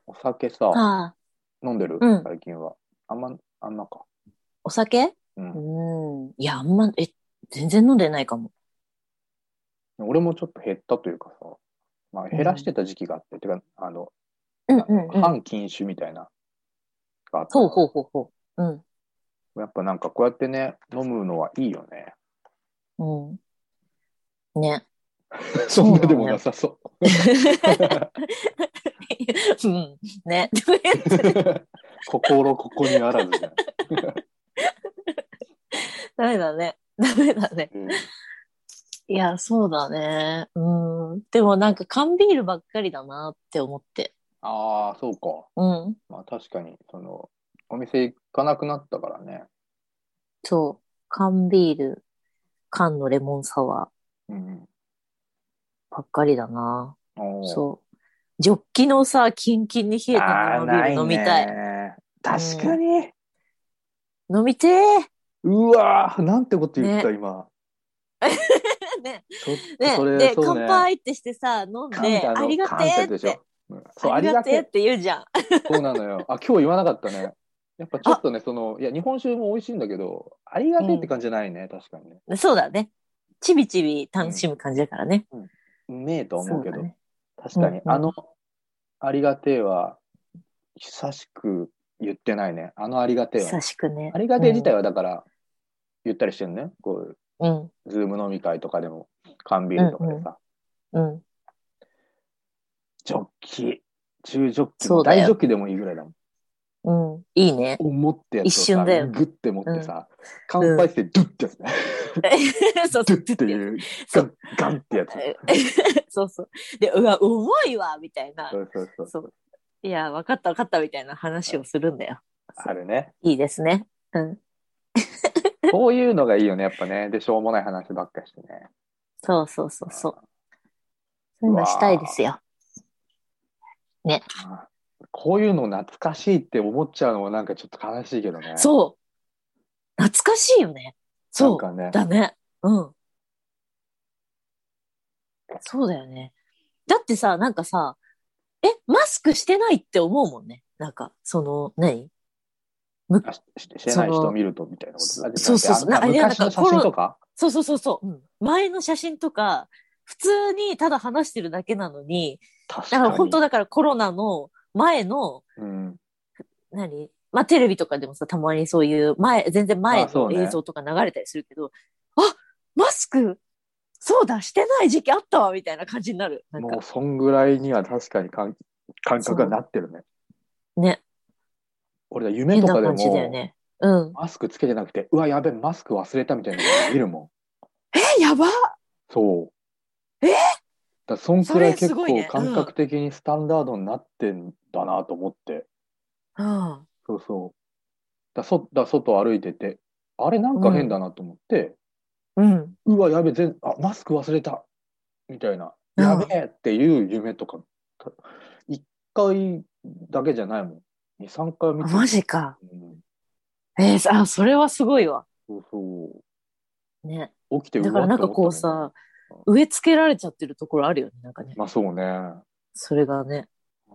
[SPEAKER 3] お酒さ、
[SPEAKER 4] ああ、
[SPEAKER 3] 飲んでる、
[SPEAKER 4] うん
[SPEAKER 3] 最近は。あんま、あんまか。
[SPEAKER 4] お酒
[SPEAKER 3] うん
[SPEAKER 4] うん。いや、あんま、え、全然飲んでないかも。
[SPEAKER 3] 俺もちょっと減ったというかさ、まあ、減らしてた時期があって、てか、あの、
[SPEAKER 4] うんうんうん。
[SPEAKER 3] 反禁酒みたいな、があって
[SPEAKER 4] ほうほうほうほう。うん。
[SPEAKER 3] やっぱなんかこうやってね、飲むのはいいよ ね。
[SPEAKER 4] うん。ね。
[SPEAKER 3] そんなでもな さそ
[SPEAKER 4] うん。ね。
[SPEAKER 3] う。心ここにあらずじゃん。
[SPEAKER 4] ダメだね。ダメだね。
[SPEAKER 3] うん
[SPEAKER 4] いや、そうだね。うん。でもなんか缶ビールばっかりだなって思って。
[SPEAKER 3] ああ、そうか。
[SPEAKER 4] うん。
[SPEAKER 3] まあ確かに、その、お店行かなくなったからね。
[SPEAKER 4] そう。缶ビール、缶のレモンサワ
[SPEAKER 3] うん
[SPEAKER 4] ーばっかりだな。
[SPEAKER 3] うん。う。
[SPEAKER 4] そう。ジョッキのさ、キンキンに冷えた
[SPEAKER 3] あ
[SPEAKER 4] 生ビ
[SPEAKER 3] ー
[SPEAKER 4] ー
[SPEAKER 3] な
[SPEAKER 4] ル
[SPEAKER 3] い
[SPEAKER 4] 飲みたい。
[SPEAKER 3] ね。確かに。
[SPEAKER 4] 飲みてー
[SPEAKER 3] うわーなんてこと言った、今。
[SPEAKER 4] ね
[SPEAKER 3] ちょっと
[SPEAKER 4] ね
[SPEAKER 3] それ
[SPEAKER 4] で、
[SPEAKER 3] そう
[SPEAKER 4] 乾杯ってしてさ、飲ん
[SPEAKER 3] 噛ん
[SPEAKER 4] で、
[SPEAKER 3] だの
[SPEAKER 4] ありがて
[SPEAKER 3] 噛んだや
[SPEAKER 4] ー
[SPEAKER 3] つで
[SPEAKER 4] っ
[SPEAKER 3] しょ
[SPEAKER 4] て、。
[SPEAKER 3] うんそう、
[SPEAKER 4] あ
[SPEAKER 3] あ
[SPEAKER 4] り
[SPEAKER 3] り
[SPEAKER 4] が
[SPEAKER 3] が
[SPEAKER 4] てー
[SPEAKER 3] て
[SPEAKER 4] って言うじゃん。
[SPEAKER 3] そうなのよ。あ、今日言わなかったね。やっぱちょっとね、その、いや、日本酒も美味しいんだけど、ありがてえって感じじゃないね、確かにね。
[SPEAKER 4] そうだね。ちびちび楽しむ感じだからね。
[SPEAKER 3] うめえとは思うけど、
[SPEAKER 4] そうだね
[SPEAKER 3] 確かに、
[SPEAKER 4] うんうん
[SPEAKER 3] あの、ありがてえは、久しく言ってないね。あのありがてえは
[SPEAKER 4] 久。しくね。
[SPEAKER 3] ありがてえ自体は、だから、言ったりしてるね。こう、
[SPEAKER 4] うん。
[SPEAKER 3] ズーム飲み会とかでも、缶ビールとかでさ、
[SPEAKER 4] うん。うん。
[SPEAKER 3] ジョッキ、中ジョッキ
[SPEAKER 4] そ
[SPEAKER 3] も、
[SPEAKER 4] うだよ
[SPEAKER 3] 大ジョッキでもいいぐらいだもん。
[SPEAKER 4] うん。いいね。
[SPEAKER 3] 思ってやつをさ
[SPEAKER 4] 一瞬だよ
[SPEAKER 3] グッて持ってさ、乾杯してドゥッてやつね。
[SPEAKER 4] そうそ
[SPEAKER 3] ド
[SPEAKER 4] う。
[SPEAKER 3] ゥッていう、
[SPEAKER 4] そう
[SPEAKER 3] ガン、ガンってやつ。
[SPEAKER 4] そうそう。で、うわ、重いわ、みたいな
[SPEAKER 3] そ。うそうそう。
[SPEAKER 4] そう。いや、分かった分かった、みたいな話をするんだよ。
[SPEAKER 3] あるね。
[SPEAKER 4] いいですね。うん。
[SPEAKER 3] そういうのがいいよね、やっぱね。で、しょうもない話ばっかりしてね。
[SPEAKER 4] そうそうそうそう。そういうのしたいですよ。
[SPEAKER 3] あこういうの懐かしいって思っちゃうのもなんかちょっと悲しいけどね。う。
[SPEAKER 4] そう。懐かしいよね。そう。
[SPEAKER 3] なんかね。
[SPEAKER 4] だね。うん。そうだよね。だってさ、なんかさ、え、マスクしてないって思うもんね。なんか、その、何む
[SPEAKER 3] あししてしてない人を見るとみたいなことだけじゃ
[SPEAKER 4] そう
[SPEAKER 3] なくて
[SPEAKER 4] そうそう
[SPEAKER 3] あ
[SPEAKER 4] なんか
[SPEAKER 3] 昔の写真とか
[SPEAKER 4] そうそうそうそう、うん前の写真とか、普通にただ話してるだけなのに、
[SPEAKER 3] 確か
[SPEAKER 4] だ
[SPEAKER 3] に
[SPEAKER 4] から本当だからコロナの前の、
[SPEAKER 3] うん、
[SPEAKER 4] 何まあテレビとかでもさ、たまにそういう前、全然前
[SPEAKER 3] あそう
[SPEAKER 4] の
[SPEAKER 3] ね
[SPEAKER 4] 映像とか流れたりするけど、あ,、マスク、そうだ、してない時期あったわ、みたいな感じになる。なん
[SPEAKER 3] も
[SPEAKER 4] か
[SPEAKER 3] う、そんぐらいには確かに感感覚がなってるね。
[SPEAKER 4] ね、
[SPEAKER 3] 俺だ夢
[SPEAKER 4] 変
[SPEAKER 3] と
[SPEAKER 4] な
[SPEAKER 3] かで
[SPEAKER 4] 感じだよ
[SPEAKER 3] も、
[SPEAKER 4] ね。うん。
[SPEAKER 3] マスクつけてなくて、うわ、やべえ、マスク忘れたみたいなの見るもん。
[SPEAKER 4] え、やば
[SPEAKER 3] そう。
[SPEAKER 4] え
[SPEAKER 3] だからそんくら
[SPEAKER 4] それ
[SPEAKER 3] い結
[SPEAKER 4] すごいね
[SPEAKER 3] 構感覚的にスタンダードになってんだなと思って。
[SPEAKER 4] うん。
[SPEAKER 3] そうそう。だそだ外歩いてて、あれなんか変だなと思って、
[SPEAKER 4] うん。
[SPEAKER 3] うわ、やべえ、全あマスク忘れたみたいな、
[SPEAKER 4] うん
[SPEAKER 3] やべえっていう夢とか、た一回だけじゃないもん。二、三回見
[SPEAKER 4] あ
[SPEAKER 3] て
[SPEAKER 4] マジか。
[SPEAKER 3] うん
[SPEAKER 4] えーあ、それはすごいわ。
[SPEAKER 3] そうそ
[SPEAKER 4] ね。
[SPEAKER 3] う。起きてうわ
[SPEAKER 4] だからなんか
[SPEAKER 3] って思
[SPEAKER 4] こう
[SPEAKER 3] ったもんね
[SPEAKER 4] さ、植え付けられちゃってるところあるよね。なんかね。
[SPEAKER 3] まあそうね。
[SPEAKER 4] それがね。
[SPEAKER 3] あ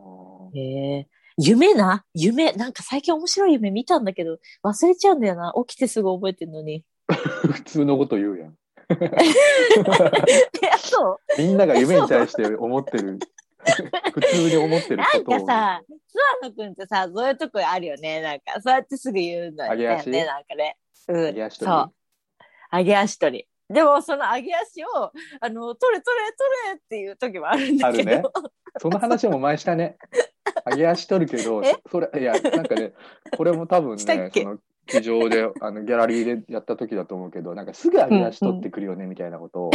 [SPEAKER 3] ー
[SPEAKER 4] へえ。夢な夢。なんか最近面白い夢見たんだけど、忘れちゃうんだよな。起きてすぐ覚えてるのに。
[SPEAKER 3] 普通のこと言うやん。
[SPEAKER 4] え、あと、
[SPEAKER 3] みんなが夢に対して思っ てる、普通に思ってる
[SPEAKER 4] なん
[SPEAKER 3] こと
[SPEAKER 4] か
[SPEAKER 3] を。
[SPEAKER 4] さ、諏訪野くんってさ、そういうとこあるよね。なんか、そうやってすぐ言うのよ
[SPEAKER 3] 揚げ足
[SPEAKER 4] ね。なんかね。うん。
[SPEAKER 3] 揚げ足取り
[SPEAKER 4] そう。揚げ足取り。でも、その揚げ足を、あの、取れ取れ取れっていう時もあるんだけど。
[SPEAKER 3] あるねその話も前したね。揚げ足取るけど
[SPEAKER 4] え、
[SPEAKER 3] それ、いや、なんかね、これも多分
[SPEAKER 4] した
[SPEAKER 3] ね
[SPEAKER 4] っ、け
[SPEAKER 3] その、地上で、あの、ギャラリーでやった時だと思うけど、なんかすぐ揚げ足取ってくるよね、みたいなことを、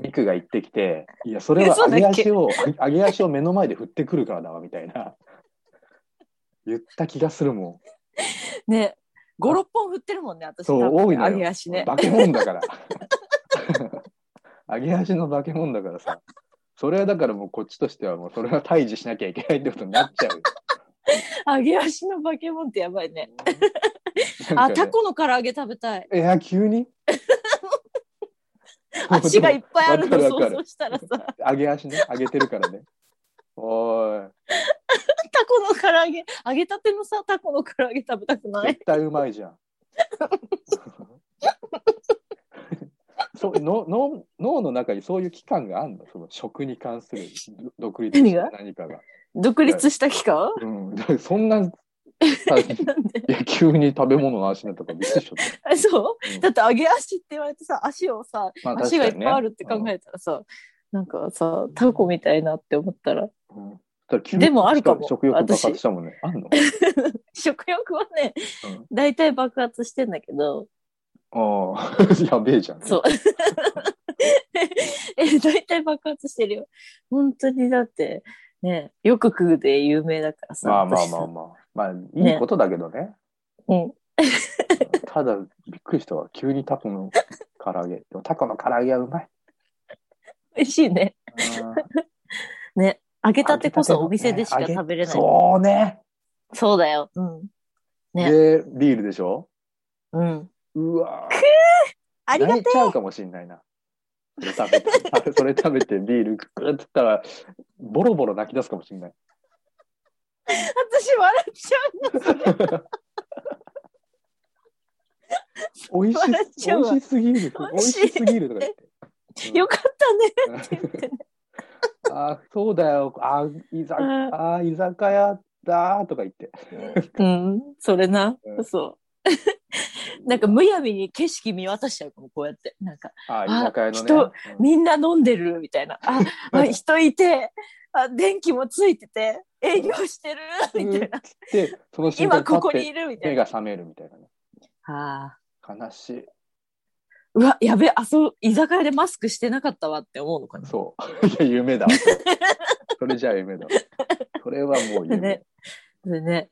[SPEAKER 3] ミクが言ってきて、いや、それは
[SPEAKER 4] そう
[SPEAKER 3] 揚
[SPEAKER 4] だっけ
[SPEAKER 3] げ足を、揚げ足を目の前で振ってくるからだわ、みたいな。言った気がするも
[SPEAKER 4] ね。5、6本振ってるもんね、私。
[SPEAKER 3] そう
[SPEAKER 4] 多分
[SPEAKER 3] 多いのよ
[SPEAKER 4] 揚げ足
[SPEAKER 3] ん。
[SPEAKER 4] ね。
[SPEAKER 3] 化け物 だから。揚げ足の化け物だからさ。それはだからもうこっちとしてはもうそれは退治しなきゃいけないってことになっちゃう
[SPEAKER 4] 揚
[SPEAKER 3] よ。
[SPEAKER 4] げ足の化け物ってやばいね。
[SPEAKER 3] なん
[SPEAKER 4] あ、
[SPEAKER 3] かね
[SPEAKER 4] タコの唐揚げ食べ たい。
[SPEAKER 3] いや、急に
[SPEAKER 4] 足がいっぱいあるの
[SPEAKER 3] わ
[SPEAKER 4] 想
[SPEAKER 3] か
[SPEAKER 4] 像
[SPEAKER 3] るわかる
[SPEAKER 4] したらさ、タ
[SPEAKER 3] 上げ足ね、上げてるからね。おー
[SPEAKER 4] コの唐揚げ、揚げたてのさ、タコの唐揚げ食べたく
[SPEAKER 3] い、
[SPEAKER 4] ない
[SPEAKER 3] 絶対うまいじゃん。 そうのの脳の中にそういう器官があるのその食に関するど独立し
[SPEAKER 4] 何
[SPEAKER 3] た
[SPEAKER 4] が
[SPEAKER 3] 何かが。
[SPEAKER 4] 独立した期間
[SPEAKER 3] うん、 だからそんなさい
[SPEAKER 4] なんで
[SPEAKER 3] や急に食べ物の足になったからびっくりし ちゃっ
[SPEAKER 4] あそう
[SPEAKER 3] たうん
[SPEAKER 4] だって揚げ足って言われてさ、足をさ、
[SPEAKER 3] まあ
[SPEAKER 4] 足がいっ
[SPEAKER 3] 確
[SPEAKER 4] ぱ
[SPEAKER 3] かにね
[SPEAKER 4] いあるって考えたらさ、なんかさ、タコみたいなって思ったら、
[SPEAKER 3] うんだから急に
[SPEAKER 4] でもあるかも
[SPEAKER 3] 食欲爆発
[SPEAKER 4] 私
[SPEAKER 3] したもんね。あんの
[SPEAKER 4] 食欲はね
[SPEAKER 3] うん、
[SPEAKER 4] 大体爆発してんだけど、
[SPEAKER 3] ああ、 やべえじゃん。
[SPEAKER 4] そう。 え、大体爆発してるよ。本当にだって、ね、よく食うで有名だからさ。
[SPEAKER 3] まあまあ
[SPEAKER 4] 私
[SPEAKER 3] まあ
[SPEAKER 4] さ
[SPEAKER 3] まあ。まあ、いいことだけどね。
[SPEAKER 4] うん。
[SPEAKER 3] ただ、びっくりしたわ。急にタコの唐揚げ。でもタコの唐揚げは うまい。
[SPEAKER 4] 美味しいね。ね。揚げ
[SPEAKER 3] 出
[SPEAKER 4] たてこそお店でしか食べれない。
[SPEAKER 3] そうね。
[SPEAKER 4] そうだよ。うん。ね
[SPEAKER 3] で、ビールでしょ
[SPEAKER 4] うん。
[SPEAKER 3] うわー
[SPEAKER 4] ありが
[SPEAKER 3] 泣いちゃうかもしんないな。それ食べて、 それ食べてビールグーってったら、ボロボロ泣き出すかもしんない。
[SPEAKER 4] 私笑っちゃ
[SPEAKER 3] 美味し
[SPEAKER 4] 笑っちゃう
[SPEAKER 3] 美
[SPEAKER 4] わ
[SPEAKER 3] 味しすぎる。美
[SPEAKER 4] 美味
[SPEAKER 3] 味
[SPEAKER 4] しい
[SPEAKER 3] しすぎるとか言って。
[SPEAKER 4] う。よかったね。
[SPEAKER 3] あそうだよ。あ居酒
[SPEAKER 4] うん
[SPEAKER 3] あ居酒屋だとか言って。
[SPEAKER 4] うん。それな
[SPEAKER 3] う。ん
[SPEAKER 4] そう。 なんかむやみに景色見渡しちゃうかも、こうやって。なんか、
[SPEAKER 3] あ
[SPEAKER 4] あ
[SPEAKER 3] 居酒屋のね
[SPEAKER 4] 人。みんな飲んでるみたいな。あ、あ人いて、あ、電気もついてて、営業してる
[SPEAKER 3] うん
[SPEAKER 4] みたいな。
[SPEAKER 3] で、その瞬間
[SPEAKER 4] 今ここ
[SPEAKER 3] パッ
[SPEAKER 4] に
[SPEAKER 3] て
[SPEAKER 4] いるみた
[SPEAKER 3] 目
[SPEAKER 4] いな。
[SPEAKER 3] が覚めるみたいなね。
[SPEAKER 4] ああ。
[SPEAKER 3] 悲しい。
[SPEAKER 4] うわ、やべえ、あそう、居酒屋でマスクしてなかったわって思うのかな。
[SPEAKER 3] そう。い や、夢だ。それじゃ夢 だ。それはもう夢。
[SPEAKER 4] ねでね。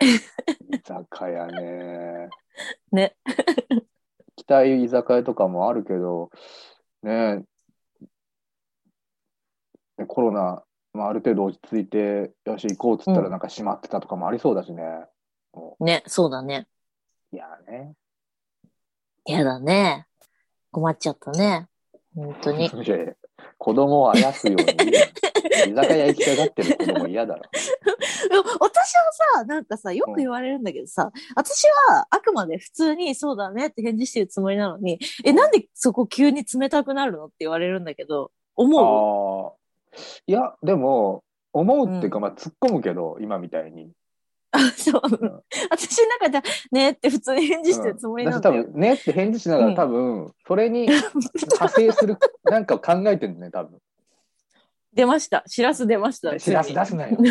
[SPEAKER 3] 居酒屋ね。
[SPEAKER 4] ね。
[SPEAKER 3] 行きたい居酒屋とかもあるけど、ねえコロナ、まあ、ある程度落ち着いて、よし、行こうっつったら
[SPEAKER 4] うん
[SPEAKER 3] なんか閉まってたとかもありそうだしね。
[SPEAKER 4] ね、そうだね。
[SPEAKER 3] いやね。
[SPEAKER 4] やだね。困っちゃったね。本当に。
[SPEAKER 3] いやいや子供をあやすように。居酒屋行きたがってる子 供嫌だろ。
[SPEAKER 4] でも私はさ、なんかさ、よく言われるんだけどさ、私はあくまで普通にそうだねって返事してるつもりなのに、え、なんでそこ急に冷たくなるのって言われるんだけど、思う
[SPEAKER 3] ああ。いや、でも、思うっていうか、まあ、突っ込むけど、今みたいに。
[SPEAKER 4] あ、そう
[SPEAKER 3] うん。
[SPEAKER 4] 私の中では、ねって普通に返事してるつもり
[SPEAKER 3] だ
[SPEAKER 4] な
[SPEAKER 3] し
[SPEAKER 4] んだ
[SPEAKER 3] 多
[SPEAKER 4] よ。
[SPEAKER 3] 分、ねって返事しなが
[SPEAKER 4] うん
[SPEAKER 3] ら、多分、それに派生する、なんかを考えてるね、多分。
[SPEAKER 4] 出ました。しらす出ました。
[SPEAKER 3] しらす出すなよ。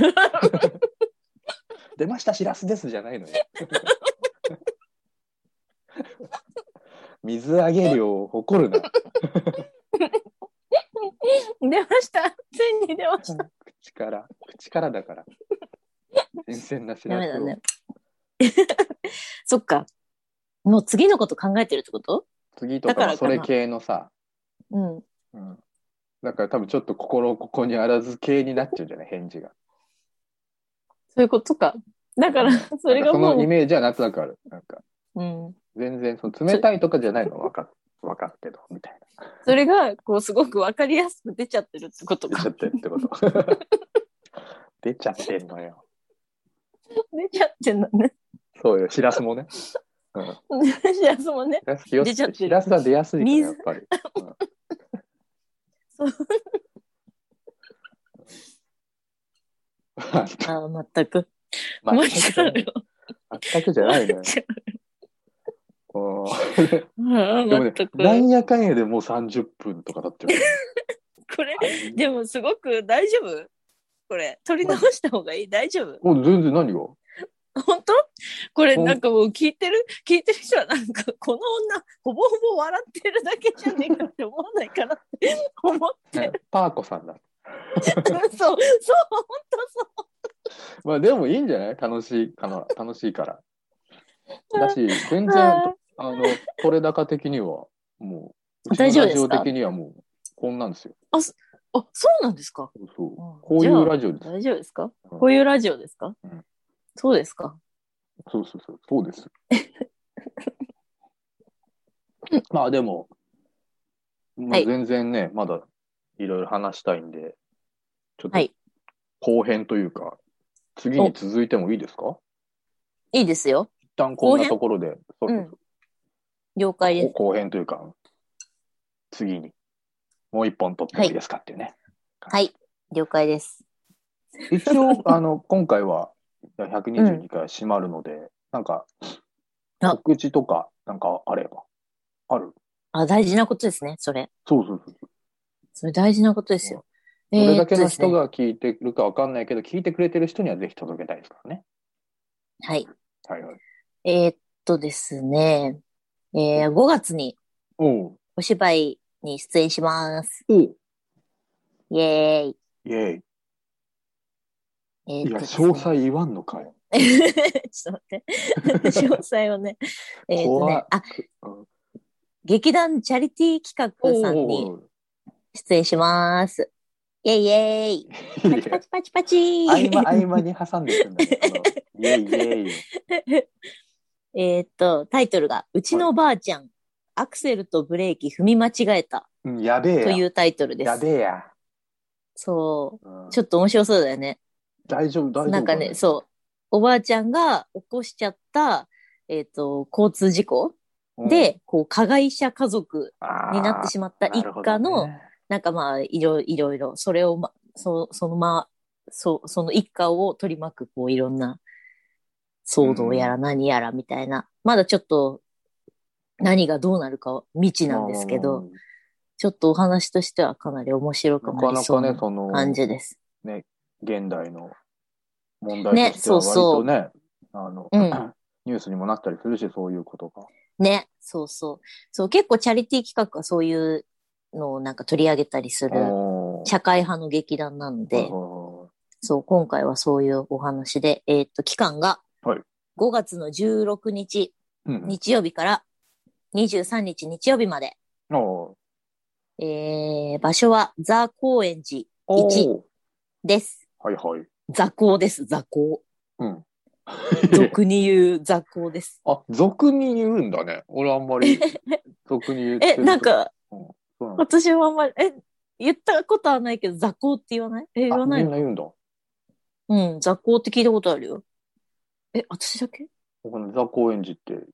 [SPEAKER 3] 出ました、しらすですじゃないのよ。水揚げ量を誇るな。
[SPEAKER 4] 出ました。ついに出ました。
[SPEAKER 3] 口から、口からだから。新鮮なし
[SPEAKER 4] ダ
[SPEAKER 3] ら
[SPEAKER 4] メだ
[SPEAKER 3] すを。
[SPEAKER 4] ね。 そっか。もう次のこと考えてるってこと
[SPEAKER 3] 次と
[SPEAKER 4] だか
[SPEAKER 3] からもそれ系のさ、
[SPEAKER 4] うん。
[SPEAKER 3] うん。だから多分ちょっと心をここにあらず系になっちゃうんじゃない返事が。
[SPEAKER 4] そういうことか。だから、それ
[SPEAKER 3] なんか
[SPEAKER 4] が
[SPEAKER 3] そ
[SPEAKER 4] も
[SPEAKER 3] のイ
[SPEAKER 4] う、
[SPEAKER 3] メージは夏だからある。なんか、
[SPEAKER 4] うん。
[SPEAKER 3] 全然、その冷たいとかじゃないの分かっ、分かってるみたいな。
[SPEAKER 4] それが、こう、すごくわかりやすく出ちゃってるってこと
[SPEAKER 3] 出
[SPEAKER 4] か
[SPEAKER 3] ちゃ。ってるって こと。出ちゃってんのよ。
[SPEAKER 4] 出ちゃってんだね。
[SPEAKER 3] そうよ、しらすもね。うん。し
[SPEAKER 4] いや、そうね。
[SPEAKER 3] らすよ
[SPEAKER 4] 出ちゃってる
[SPEAKER 3] しらすは出やすいから、
[SPEAKER 4] 水
[SPEAKER 3] やっぱり。
[SPEAKER 4] そう
[SPEAKER 3] うん
[SPEAKER 4] ああ、全く。
[SPEAKER 3] まあ
[SPEAKER 4] 面白いよ。
[SPEAKER 3] 全くじゃないのよ。うん
[SPEAKER 4] ああ、
[SPEAKER 3] でもね
[SPEAKER 4] 全、く。
[SPEAKER 3] なんやかんやでもう30分とか経ってる。
[SPEAKER 4] これ、でもすごく大丈夫これ、取り直した方がいい大丈夫
[SPEAKER 3] もう全然何が
[SPEAKER 4] 本当これ
[SPEAKER 3] ほん
[SPEAKER 4] なんかもう聞いてる聞いてる人はなんかこの女ほぼほぼ笑ってるだけじゃねえかって思わないかなって 思っ
[SPEAKER 3] ねパーコさんだ。
[SPEAKER 4] たそ うそう本
[SPEAKER 3] まあでもいいんじゃない楽しいから、楽しいから。だし、全
[SPEAKER 4] 当そう
[SPEAKER 3] 然、あの、取れ高的には、もう、うちの
[SPEAKER 4] 大丈夫ですか
[SPEAKER 3] ラジオ的にはもう、こんなんですよ。
[SPEAKER 4] ああそうなんですか
[SPEAKER 3] そうそう
[SPEAKER 4] うん
[SPEAKER 3] こういうラジオです。
[SPEAKER 4] 大丈夫ですか
[SPEAKER 3] うん
[SPEAKER 4] こういうラジオですか、
[SPEAKER 3] うん
[SPEAKER 4] そうですか
[SPEAKER 3] そうそうそう、そ うです。まあでも、ま
[SPEAKER 4] は
[SPEAKER 3] あ、
[SPEAKER 4] い
[SPEAKER 3] 全然ね、まだいろいろ話したいんで、ちょっと
[SPEAKER 4] はい
[SPEAKER 3] 後編というか、次に続いてもいいですか
[SPEAKER 4] いいですよ
[SPEAKER 3] 一旦こんな
[SPEAKER 4] 後編
[SPEAKER 3] ところで、そうそうそう
[SPEAKER 4] 了解です
[SPEAKER 3] 後編というか、次にもう一本撮ってもいいですかっていうね。
[SPEAKER 4] はい了解です
[SPEAKER 3] 一 応、あの、今回は122回閉まるので、なんか、
[SPEAKER 4] あ
[SPEAKER 3] 告知とか、なんかあれば、ある
[SPEAKER 4] あ大事なことですねそれ
[SPEAKER 3] そうそうそう。
[SPEAKER 4] それ大事なことですよ
[SPEAKER 3] どれだけの
[SPEAKER 4] えー
[SPEAKER 3] 人
[SPEAKER 4] っと
[SPEAKER 3] が聞いてるかわかんないけど、聞いてくれてる人にはぜひ届けたいですからね。
[SPEAKER 4] ですねはい
[SPEAKER 3] はいはい。
[SPEAKER 4] えーっとですね、えー、5月に
[SPEAKER 3] おう。
[SPEAKER 4] お芝居に出演します。
[SPEAKER 3] おう。
[SPEAKER 4] イエーイ。
[SPEAKER 3] イェ
[SPEAKER 4] え
[SPEAKER 3] イ。
[SPEAKER 4] ー
[SPEAKER 3] い
[SPEAKER 4] っ
[SPEAKER 3] や、
[SPEAKER 4] とです
[SPEAKER 3] 詳
[SPEAKER 4] ね
[SPEAKER 3] 細言わんのかよ。
[SPEAKER 4] ちょっと待って。 詳細をね。えーっと
[SPEAKER 3] 怖
[SPEAKER 4] ね
[SPEAKER 3] い、
[SPEAKER 4] あ
[SPEAKER 3] うん、
[SPEAKER 4] 劇団チャリティ企画さんに
[SPEAKER 3] おう。
[SPEAKER 4] 出演します。イエイイエイ。
[SPEAKER 3] い
[SPEAKER 4] パチパ
[SPEAKER 3] や
[SPEAKER 4] チパチパチ。
[SPEAKER 3] 合間、合間に挟んでいくんだね。 このイェイイェイ。
[SPEAKER 4] えーっと、タイトルが、うちのばあちゃん、アクセルとブレーキ踏み間違えた
[SPEAKER 3] うんやべえ
[SPEAKER 4] と
[SPEAKER 3] や。
[SPEAKER 4] いうタイトルで
[SPEAKER 3] や
[SPEAKER 4] す。
[SPEAKER 3] べえや。
[SPEAKER 4] そう。
[SPEAKER 3] うん
[SPEAKER 4] ちょっと面白そうだよね。
[SPEAKER 3] 大丈夫、大丈夫。
[SPEAKER 4] なんかね、そう。おばあちゃんが起こしちゃった、えっ、と、交通事故
[SPEAKER 3] うん、
[SPEAKER 4] で、こう、加害者家族に
[SPEAKER 3] に
[SPEAKER 4] なってしまった一家の、なんかまあ、いろいろいろ、それを、ま、そそのま、そその一家を取り巻く、こう、いろんな騒動やら何やらみたいな、まだちょっと、何がどうなるか未知なんですけど、。ちょっとお話としてはかなり面白
[SPEAKER 3] な
[SPEAKER 4] く
[SPEAKER 3] か
[SPEAKER 4] なり
[SPEAKER 3] な
[SPEAKER 4] そ
[SPEAKER 3] か
[SPEAKER 4] う
[SPEAKER 3] ね
[SPEAKER 4] な、
[SPEAKER 3] その、
[SPEAKER 4] 感じです。
[SPEAKER 3] 現代の問題としては
[SPEAKER 4] ねそう
[SPEAKER 3] 割
[SPEAKER 4] そう
[SPEAKER 3] とね、あの、
[SPEAKER 4] うん
[SPEAKER 3] ニュースにもなったりするし、そういうことが。
[SPEAKER 4] ね、そうそう。そう、結構チャリティー企画はそういうのをなんか取り上げたりする
[SPEAKER 3] おー
[SPEAKER 4] 社会派の劇団なの
[SPEAKER 3] はいは
[SPEAKER 4] で
[SPEAKER 3] い、は
[SPEAKER 4] そう、今回はそういうお話で、えーっと、期間が
[SPEAKER 3] はい
[SPEAKER 4] 5月の16日
[SPEAKER 3] いうん
[SPEAKER 4] 日曜日から23日日曜日まで、
[SPEAKER 3] おー
[SPEAKER 4] えー、場所はザ・高円寺
[SPEAKER 3] お
[SPEAKER 4] 一
[SPEAKER 3] ー
[SPEAKER 4] です。
[SPEAKER 3] はいはい。
[SPEAKER 4] 座高です、座 高。
[SPEAKER 3] うん。
[SPEAKER 4] 俗に言う座高です。
[SPEAKER 3] あ、俗に言う んだね。俺あんまり、俗に言って
[SPEAKER 4] え、なん、か、
[SPEAKER 3] そうなんだ
[SPEAKER 4] 私はあんまり、え、言ったことはないけど、座高って言わないえ、言わな
[SPEAKER 3] あ
[SPEAKER 4] い
[SPEAKER 3] みんな言うんだ。
[SPEAKER 4] うん、座高って聞いたことあるよ。え、私だけ
[SPEAKER 3] 僕のザ・高円寺って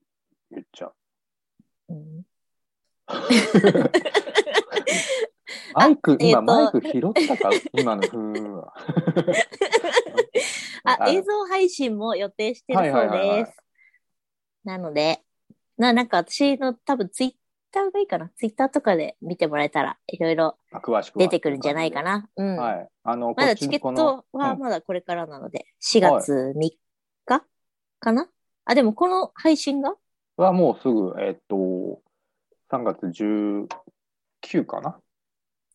[SPEAKER 3] 言っちゃ う。
[SPEAKER 4] うん。
[SPEAKER 3] マイク、
[SPEAKER 4] えー
[SPEAKER 3] 今
[SPEAKER 4] と
[SPEAKER 3] マイク拾ったか今のふーんは。
[SPEAKER 4] あ、
[SPEAKER 3] あ
[SPEAKER 4] 映像配信も予定してる
[SPEAKER 3] はいは
[SPEAKER 4] そ
[SPEAKER 3] いうはいは
[SPEAKER 4] で
[SPEAKER 3] い
[SPEAKER 4] す。なので、な、なんか私の多分ツイッターがいいかな。ツイッターとかで見てもらえたら、いろいろ
[SPEAKER 3] あ詳しくは
[SPEAKER 4] 出てくるんじゃないかな。うん。
[SPEAKER 3] はい。あの、
[SPEAKER 4] ま
[SPEAKER 3] こ
[SPEAKER 4] だ
[SPEAKER 3] っち
[SPEAKER 4] チ
[SPEAKER 3] の
[SPEAKER 4] ケ
[SPEAKER 3] こ
[SPEAKER 4] ッ
[SPEAKER 3] の
[SPEAKER 4] トはまだこれからなので、4月3日かなあ、でもこの配信が
[SPEAKER 3] はもうすぐ、えっと、3月19かな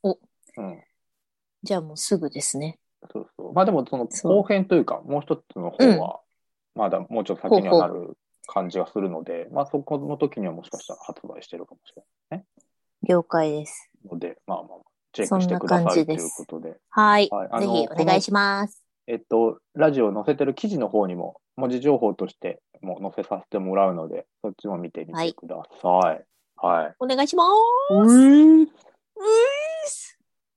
[SPEAKER 4] お
[SPEAKER 3] うん。
[SPEAKER 4] じゃあもうすぐですね。
[SPEAKER 3] そうそう。まあでも、その
[SPEAKER 4] そう
[SPEAKER 3] 後編というか、もう一つの方は、まだもうちょっと先にはなる感じがするので、まあそこの時にはもしかしたら発売してるかもしれ
[SPEAKER 4] 了解です。
[SPEAKER 3] ないので、まあまあまあ、チェックしてくだ
[SPEAKER 4] そんな感
[SPEAKER 3] さ
[SPEAKER 4] じ
[SPEAKER 3] いとい
[SPEAKER 4] で
[SPEAKER 3] う
[SPEAKER 4] す
[SPEAKER 3] ことで。
[SPEAKER 4] はい。
[SPEAKER 3] はいあの
[SPEAKER 4] ぜひお願いします。
[SPEAKER 3] えっと、ラジオを載せてる記事の方にも、文字情報としても載せさせてもらうので、そっちも見てみ
[SPEAKER 4] は
[SPEAKER 3] て
[SPEAKER 4] い
[SPEAKER 3] ください。はい。
[SPEAKER 4] お願いします。
[SPEAKER 3] う
[SPEAKER 4] う
[SPEAKER 3] い
[SPEAKER 4] ん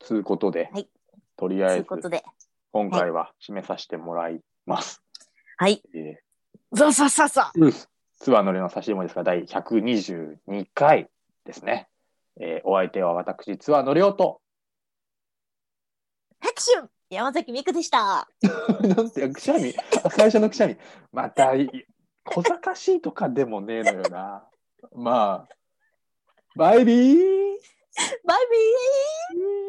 [SPEAKER 3] つうことで、
[SPEAKER 4] はい
[SPEAKER 3] とり
[SPEAKER 4] と
[SPEAKER 3] あ
[SPEAKER 4] い
[SPEAKER 3] え
[SPEAKER 4] うこ
[SPEAKER 3] ず
[SPEAKER 4] と、で。
[SPEAKER 3] 今回は締めさせてもらいます。
[SPEAKER 4] はい。
[SPEAKER 3] え
[SPEAKER 4] ザザザザ
[SPEAKER 3] ー、ツアー乗りの差し入れもですが、第122回ですね。えーお相手は私、ツアー乗りおと。
[SPEAKER 4] 拍手山崎美久でした。
[SPEAKER 3] なんて、くしゃみ、あ最初のくしゃみ。また、い小賢しいとかでもねえのよな。まあ、バイビー
[SPEAKER 4] バイビー